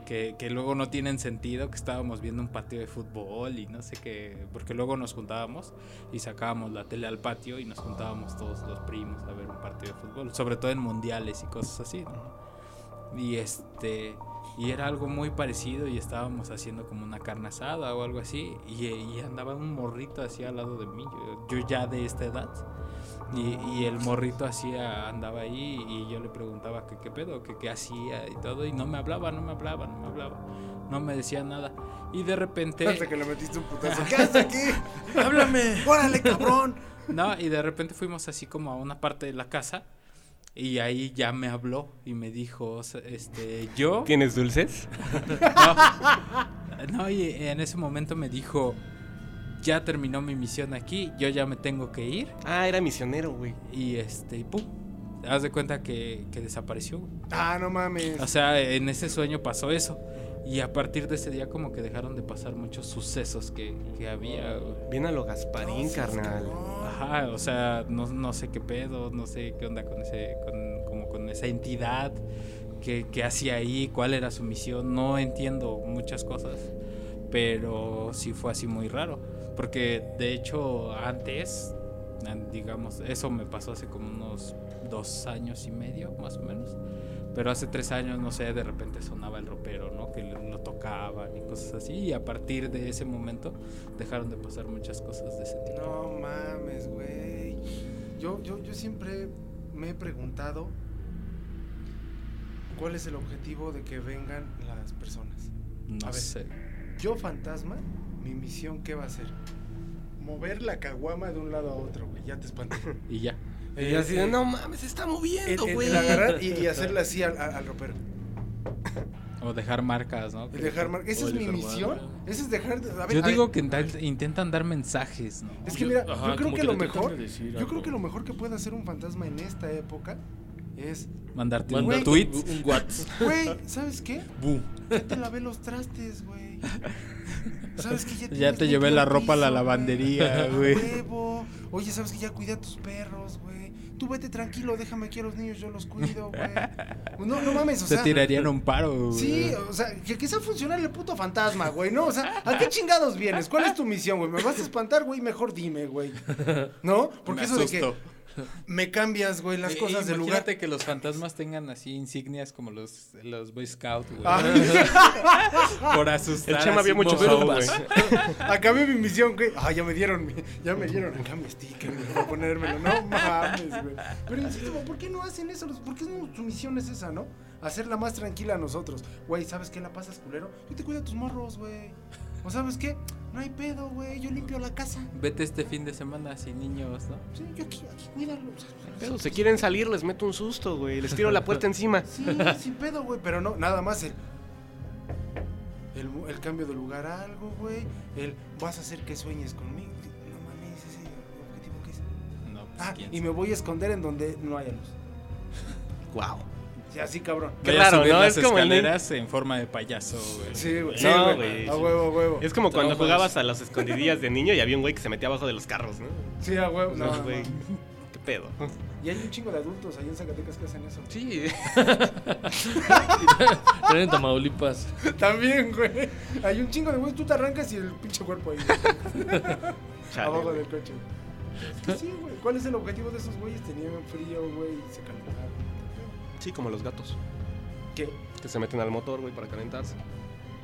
Speaker 3: Que, que luego no tienen sentido, que estábamos viendo un partido de fútbol y no sé qué. Porque luego nos juntábamos y sacábamos la tele al patio y nos juntábamos todos los primos a ver un partido de fútbol. Sobre todo en mundiales y cosas así, ¿no? Y este. Y era algo muy parecido y estábamos haciendo como una carne asada o algo así. Y, y andaba un morrito así al lado de mí. Yo, yo ya de esta edad. Y, y el morrito así a- andaba ahí y yo le preguntaba que qué pedo, que qué hacía y todo. Y no me hablaba, no me hablaba, no me hablaba. No me decía nada. Y de
Speaker 2: Hasta
Speaker 3: repente...
Speaker 2: que le metiste un putazo. ¿Qué haces aquí?
Speaker 5: ¡Háblame!
Speaker 2: ¡Órale, cabrón!
Speaker 3: No, y de repente fuimos así como a una parte de la casa. Y ahí ya me habló y me dijo, este, yo...
Speaker 4: ¿Tienes dulces?
Speaker 3: No, y en ese momento me dijo, ya terminó mi misión aquí, yo ya me tengo que ir.
Speaker 4: Ah, era misionero, güey.
Speaker 3: Y este, y pum, haz de cuenta que, que desapareció. güey.
Speaker 2: Ah, no mames.
Speaker 3: O sea, en ese sueño pasó eso. Y a partir de ese día como que dejaron de pasar muchos sucesos que, que había. güey.
Speaker 4: Bien a lo Gasparín, carnal.
Speaker 3: Ajá, o sea, no, no sé qué pedo, no sé qué onda con ese, con, como con esa entidad, qué, qué hacía ahí, cuál era su misión, no entiendo muchas cosas, pero sí fue así muy raro, porque de hecho antes, an- digamos, eso me pasó hace como unos dos años y medio, más o menos, pero hace tres años, no sé, de repente sonaba el ropero, ¿no? Que lo lo tocaban y cosas así, y a partir de ese momento dejaron de pasar muchas cosas de ese tipo.
Speaker 2: No mames, güey. Yo, yo, yo siempre me he preguntado cuál es el objetivo de que vengan las personas.
Speaker 3: No
Speaker 2: A ver.
Speaker 3: sé.
Speaker 2: Yo, fantasma, mi misión, ¿qué va a ser? Mover la caguama de un lado a otro, güey. Ya te espanté.
Speaker 3: Y ya.
Speaker 4: Y yo así
Speaker 2: Eh,
Speaker 4: de, no mames, se está
Speaker 2: el-
Speaker 4: moviendo,
Speaker 2: el-
Speaker 4: güey.
Speaker 2: el agarrar y, y hacerle así al, al- al ropero.
Speaker 3: O dejar marcas, ¿no? Que-
Speaker 2: Dejar mar- Esa
Speaker 5: O
Speaker 2: es mi
Speaker 5: dejar
Speaker 2: misión.
Speaker 5: marca.
Speaker 2: Esa es dejar. de- a ver,
Speaker 3: Yo
Speaker 2: a ver,
Speaker 3: digo que intan- intentan dar mensajes, ¿no?
Speaker 2: Es que
Speaker 5: Yo-
Speaker 2: mira,
Speaker 5: ajá,
Speaker 2: yo creo
Speaker 5: como
Speaker 2: que,
Speaker 5: que
Speaker 2: lo
Speaker 5: le tratan
Speaker 2: mejor.
Speaker 5: de decir
Speaker 2: Yo
Speaker 5: algo.
Speaker 2: creo que lo mejor que puede hacer un fantasma en esta época es.
Speaker 3: Mandarte
Speaker 5: Manda
Speaker 3: un
Speaker 5: un-
Speaker 3: tweet.
Speaker 5: Un, WhatsApp.
Speaker 2: Güey, ¿sabes qué?
Speaker 3: Bu.
Speaker 2: Ya te lavé los trastes, güey. ¿Sabes qué? Ya,
Speaker 3: Ya
Speaker 2: tienes
Speaker 3: te llevé
Speaker 2: limpio
Speaker 3: la
Speaker 2: el
Speaker 3: ropa a la
Speaker 2: piso, güey.
Speaker 3: lavandería, güey.
Speaker 2: Huevo. Oye, ¿sabes que ya cuidé a tus perros, güey? Tú vete tranquilo, déjame aquí a los niños, yo los cuido, güey. No, no mames, o
Speaker 3: Te
Speaker 2: sea. eh,
Speaker 3: tirarían un paro, güey.
Speaker 2: Sí, o sea, que, que sea funcional el puto fantasma, güey, ¿no? O sea, ¿a qué chingados vienes? ¿Cuál es tu misión, güey? ¿Me vas a espantar, güey? Mejor dime, güey. ¿No? Porque
Speaker 3: Me
Speaker 2: eso de
Speaker 3: asusto.
Speaker 2: que me cambias, güey, las
Speaker 3: Eh,
Speaker 2: cosas del lugar.
Speaker 3: imagínate que los fantasmas tengan así insignias como los, los Boy Scouts, güey.
Speaker 2: Ah.
Speaker 3: Por asustar.
Speaker 4: El Chema
Speaker 3: así
Speaker 4: vio mucho
Speaker 3: mojado,
Speaker 4: show, güey.
Speaker 2: Acabé mi misión, güey. Ah, ya me dieron, mi- ya me dieron acá mi sticker, güey, para ponérmelo. No mames, güey. Pero insisto, güey, ¿por qué no hacen eso? ¿Por qué no- su misión es esa, no? Hacerla más tranquila a nosotros. Güey, ¿sabes qué? La pasas culero. Yo te cuido a tus morros, güey. ¿O sabes qué? No hay pedo, güey. Yo limpio la casa.
Speaker 3: Vete este fin de semana sin niños, ¿no?
Speaker 2: Sí, yo aquí, aquí cuídalo. o sea,
Speaker 4: Pero se quieren salir, les meto un susto, güey. Les tiro la puerta encima.
Speaker 2: Sí, sin pedo, güey, pero no, nada más el... El, mu- el cambio de lugar a algo, güey. El vas a hacer que sueñes conmigo. No mames, ese objetivo que es.
Speaker 3: No, pues
Speaker 2: Ah,
Speaker 3: quién
Speaker 2: y me voy a esconder en donde no haya luz.
Speaker 4: Wow.
Speaker 2: Sí, así cabrón.
Speaker 3: Voy
Speaker 4: Qué
Speaker 3: a
Speaker 4: raro,
Speaker 3: subir
Speaker 4: ¿no?
Speaker 3: las
Speaker 4: Es como el
Speaker 3: escaleras en forma de payaso, güey.
Speaker 2: Sí, güey.
Speaker 4: No,
Speaker 2: Sí, güey.
Speaker 4: güey,
Speaker 2: A
Speaker 4: sí.
Speaker 2: huevo, a huevo.
Speaker 4: Es como cuando
Speaker 5: Traumas.
Speaker 4: jugabas a las escondidillas de niño y había un güey que se metía abajo de los carros, ¿no?
Speaker 2: Sí, a huevo.
Speaker 4: O
Speaker 2: No,
Speaker 4: sea,
Speaker 2: no,
Speaker 4: güey,
Speaker 2: no.
Speaker 4: ¿Qué pedo?
Speaker 2: Y hay un chingo de adultos ahí en Zacatecas que hacen eso.
Speaker 4: Sí.
Speaker 5: Traen en Tamaulipas.
Speaker 2: También, güey. Hay un chingo de güey. Tú te arrancas y el pinche cuerpo ahí.
Speaker 4: Chale,
Speaker 2: abajo
Speaker 4: güey.
Speaker 2: del coche. Es que sí, güey. ¿Cuál es el objetivo de esos güeyes? Tenían frío, güey, y se calentaron.
Speaker 4: Sí, como los gatos.
Speaker 2: ¿Qué?
Speaker 4: Que se meten al motor, güey, para calentarse.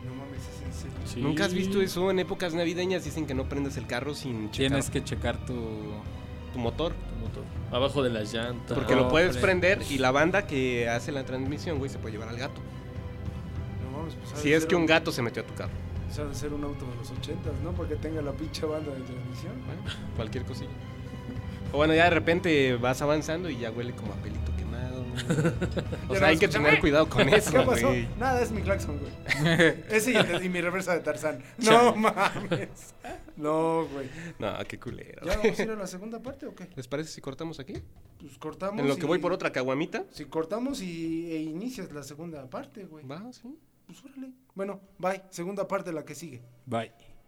Speaker 2: No mames, es en serio.
Speaker 5: Sí.
Speaker 4: ¿Nunca has visto eso? En épocas navideñas dicen que no prendes el carro sin checar
Speaker 3: Tienes que checar tu.
Speaker 4: tu motor.
Speaker 5: Motor. Abajo de las llantas.
Speaker 4: Porque
Speaker 3: Oh,
Speaker 4: lo puedes
Speaker 3: pre-
Speaker 4: prender y la banda que hace la transmisión, güey, se puede llevar al gato.
Speaker 2: Ah, No mames, pues. ha de
Speaker 4: Si es
Speaker 2: ser
Speaker 4: que un gato se metió a tu carro.
Speaker 2: pues, ha de ser un auto de los ochentas, ¿no? Porque tenga la pinche banda de transmisión.
Speaker 4: Bueno, cualquier cosilla. O bueno, ya de repente vas avanzando y ya huele como a pelito quemado.
Speaker 2: Ya
Speaker 4: o sea,
Speaker 2: no
Speaker 4: hay que
Speaker 2: escucha-
Speaker 4: tener cuidado con eso,
Speaker 2: ¿Qué pasó?
Speaker 4: güey.
Speaker 2: Nada, es mi claxon, güey. Ese y, el- y mi reversa de Tarzán. No mames. No, güey.
Speaker 4: No, qué culero.
Speaker 2: ¿Ya vamos a ir a la segunda parte o qué?
Speaker 4: ¿Les parece si cortamos aquí?
Speaker 2: Pues cortamos.
Speaker 4: En lo que
Speaker 2: y-
Speaker 4: voy por otra caguamita.
Speaker 2: Si cortamos y, e inicias la segunda parte, güey.
Speaker 4: Va, sí.
Speaker 2: Pues órale. Bueno, bye. Segunda parte, la que sigue.
Speaker 3: Bye.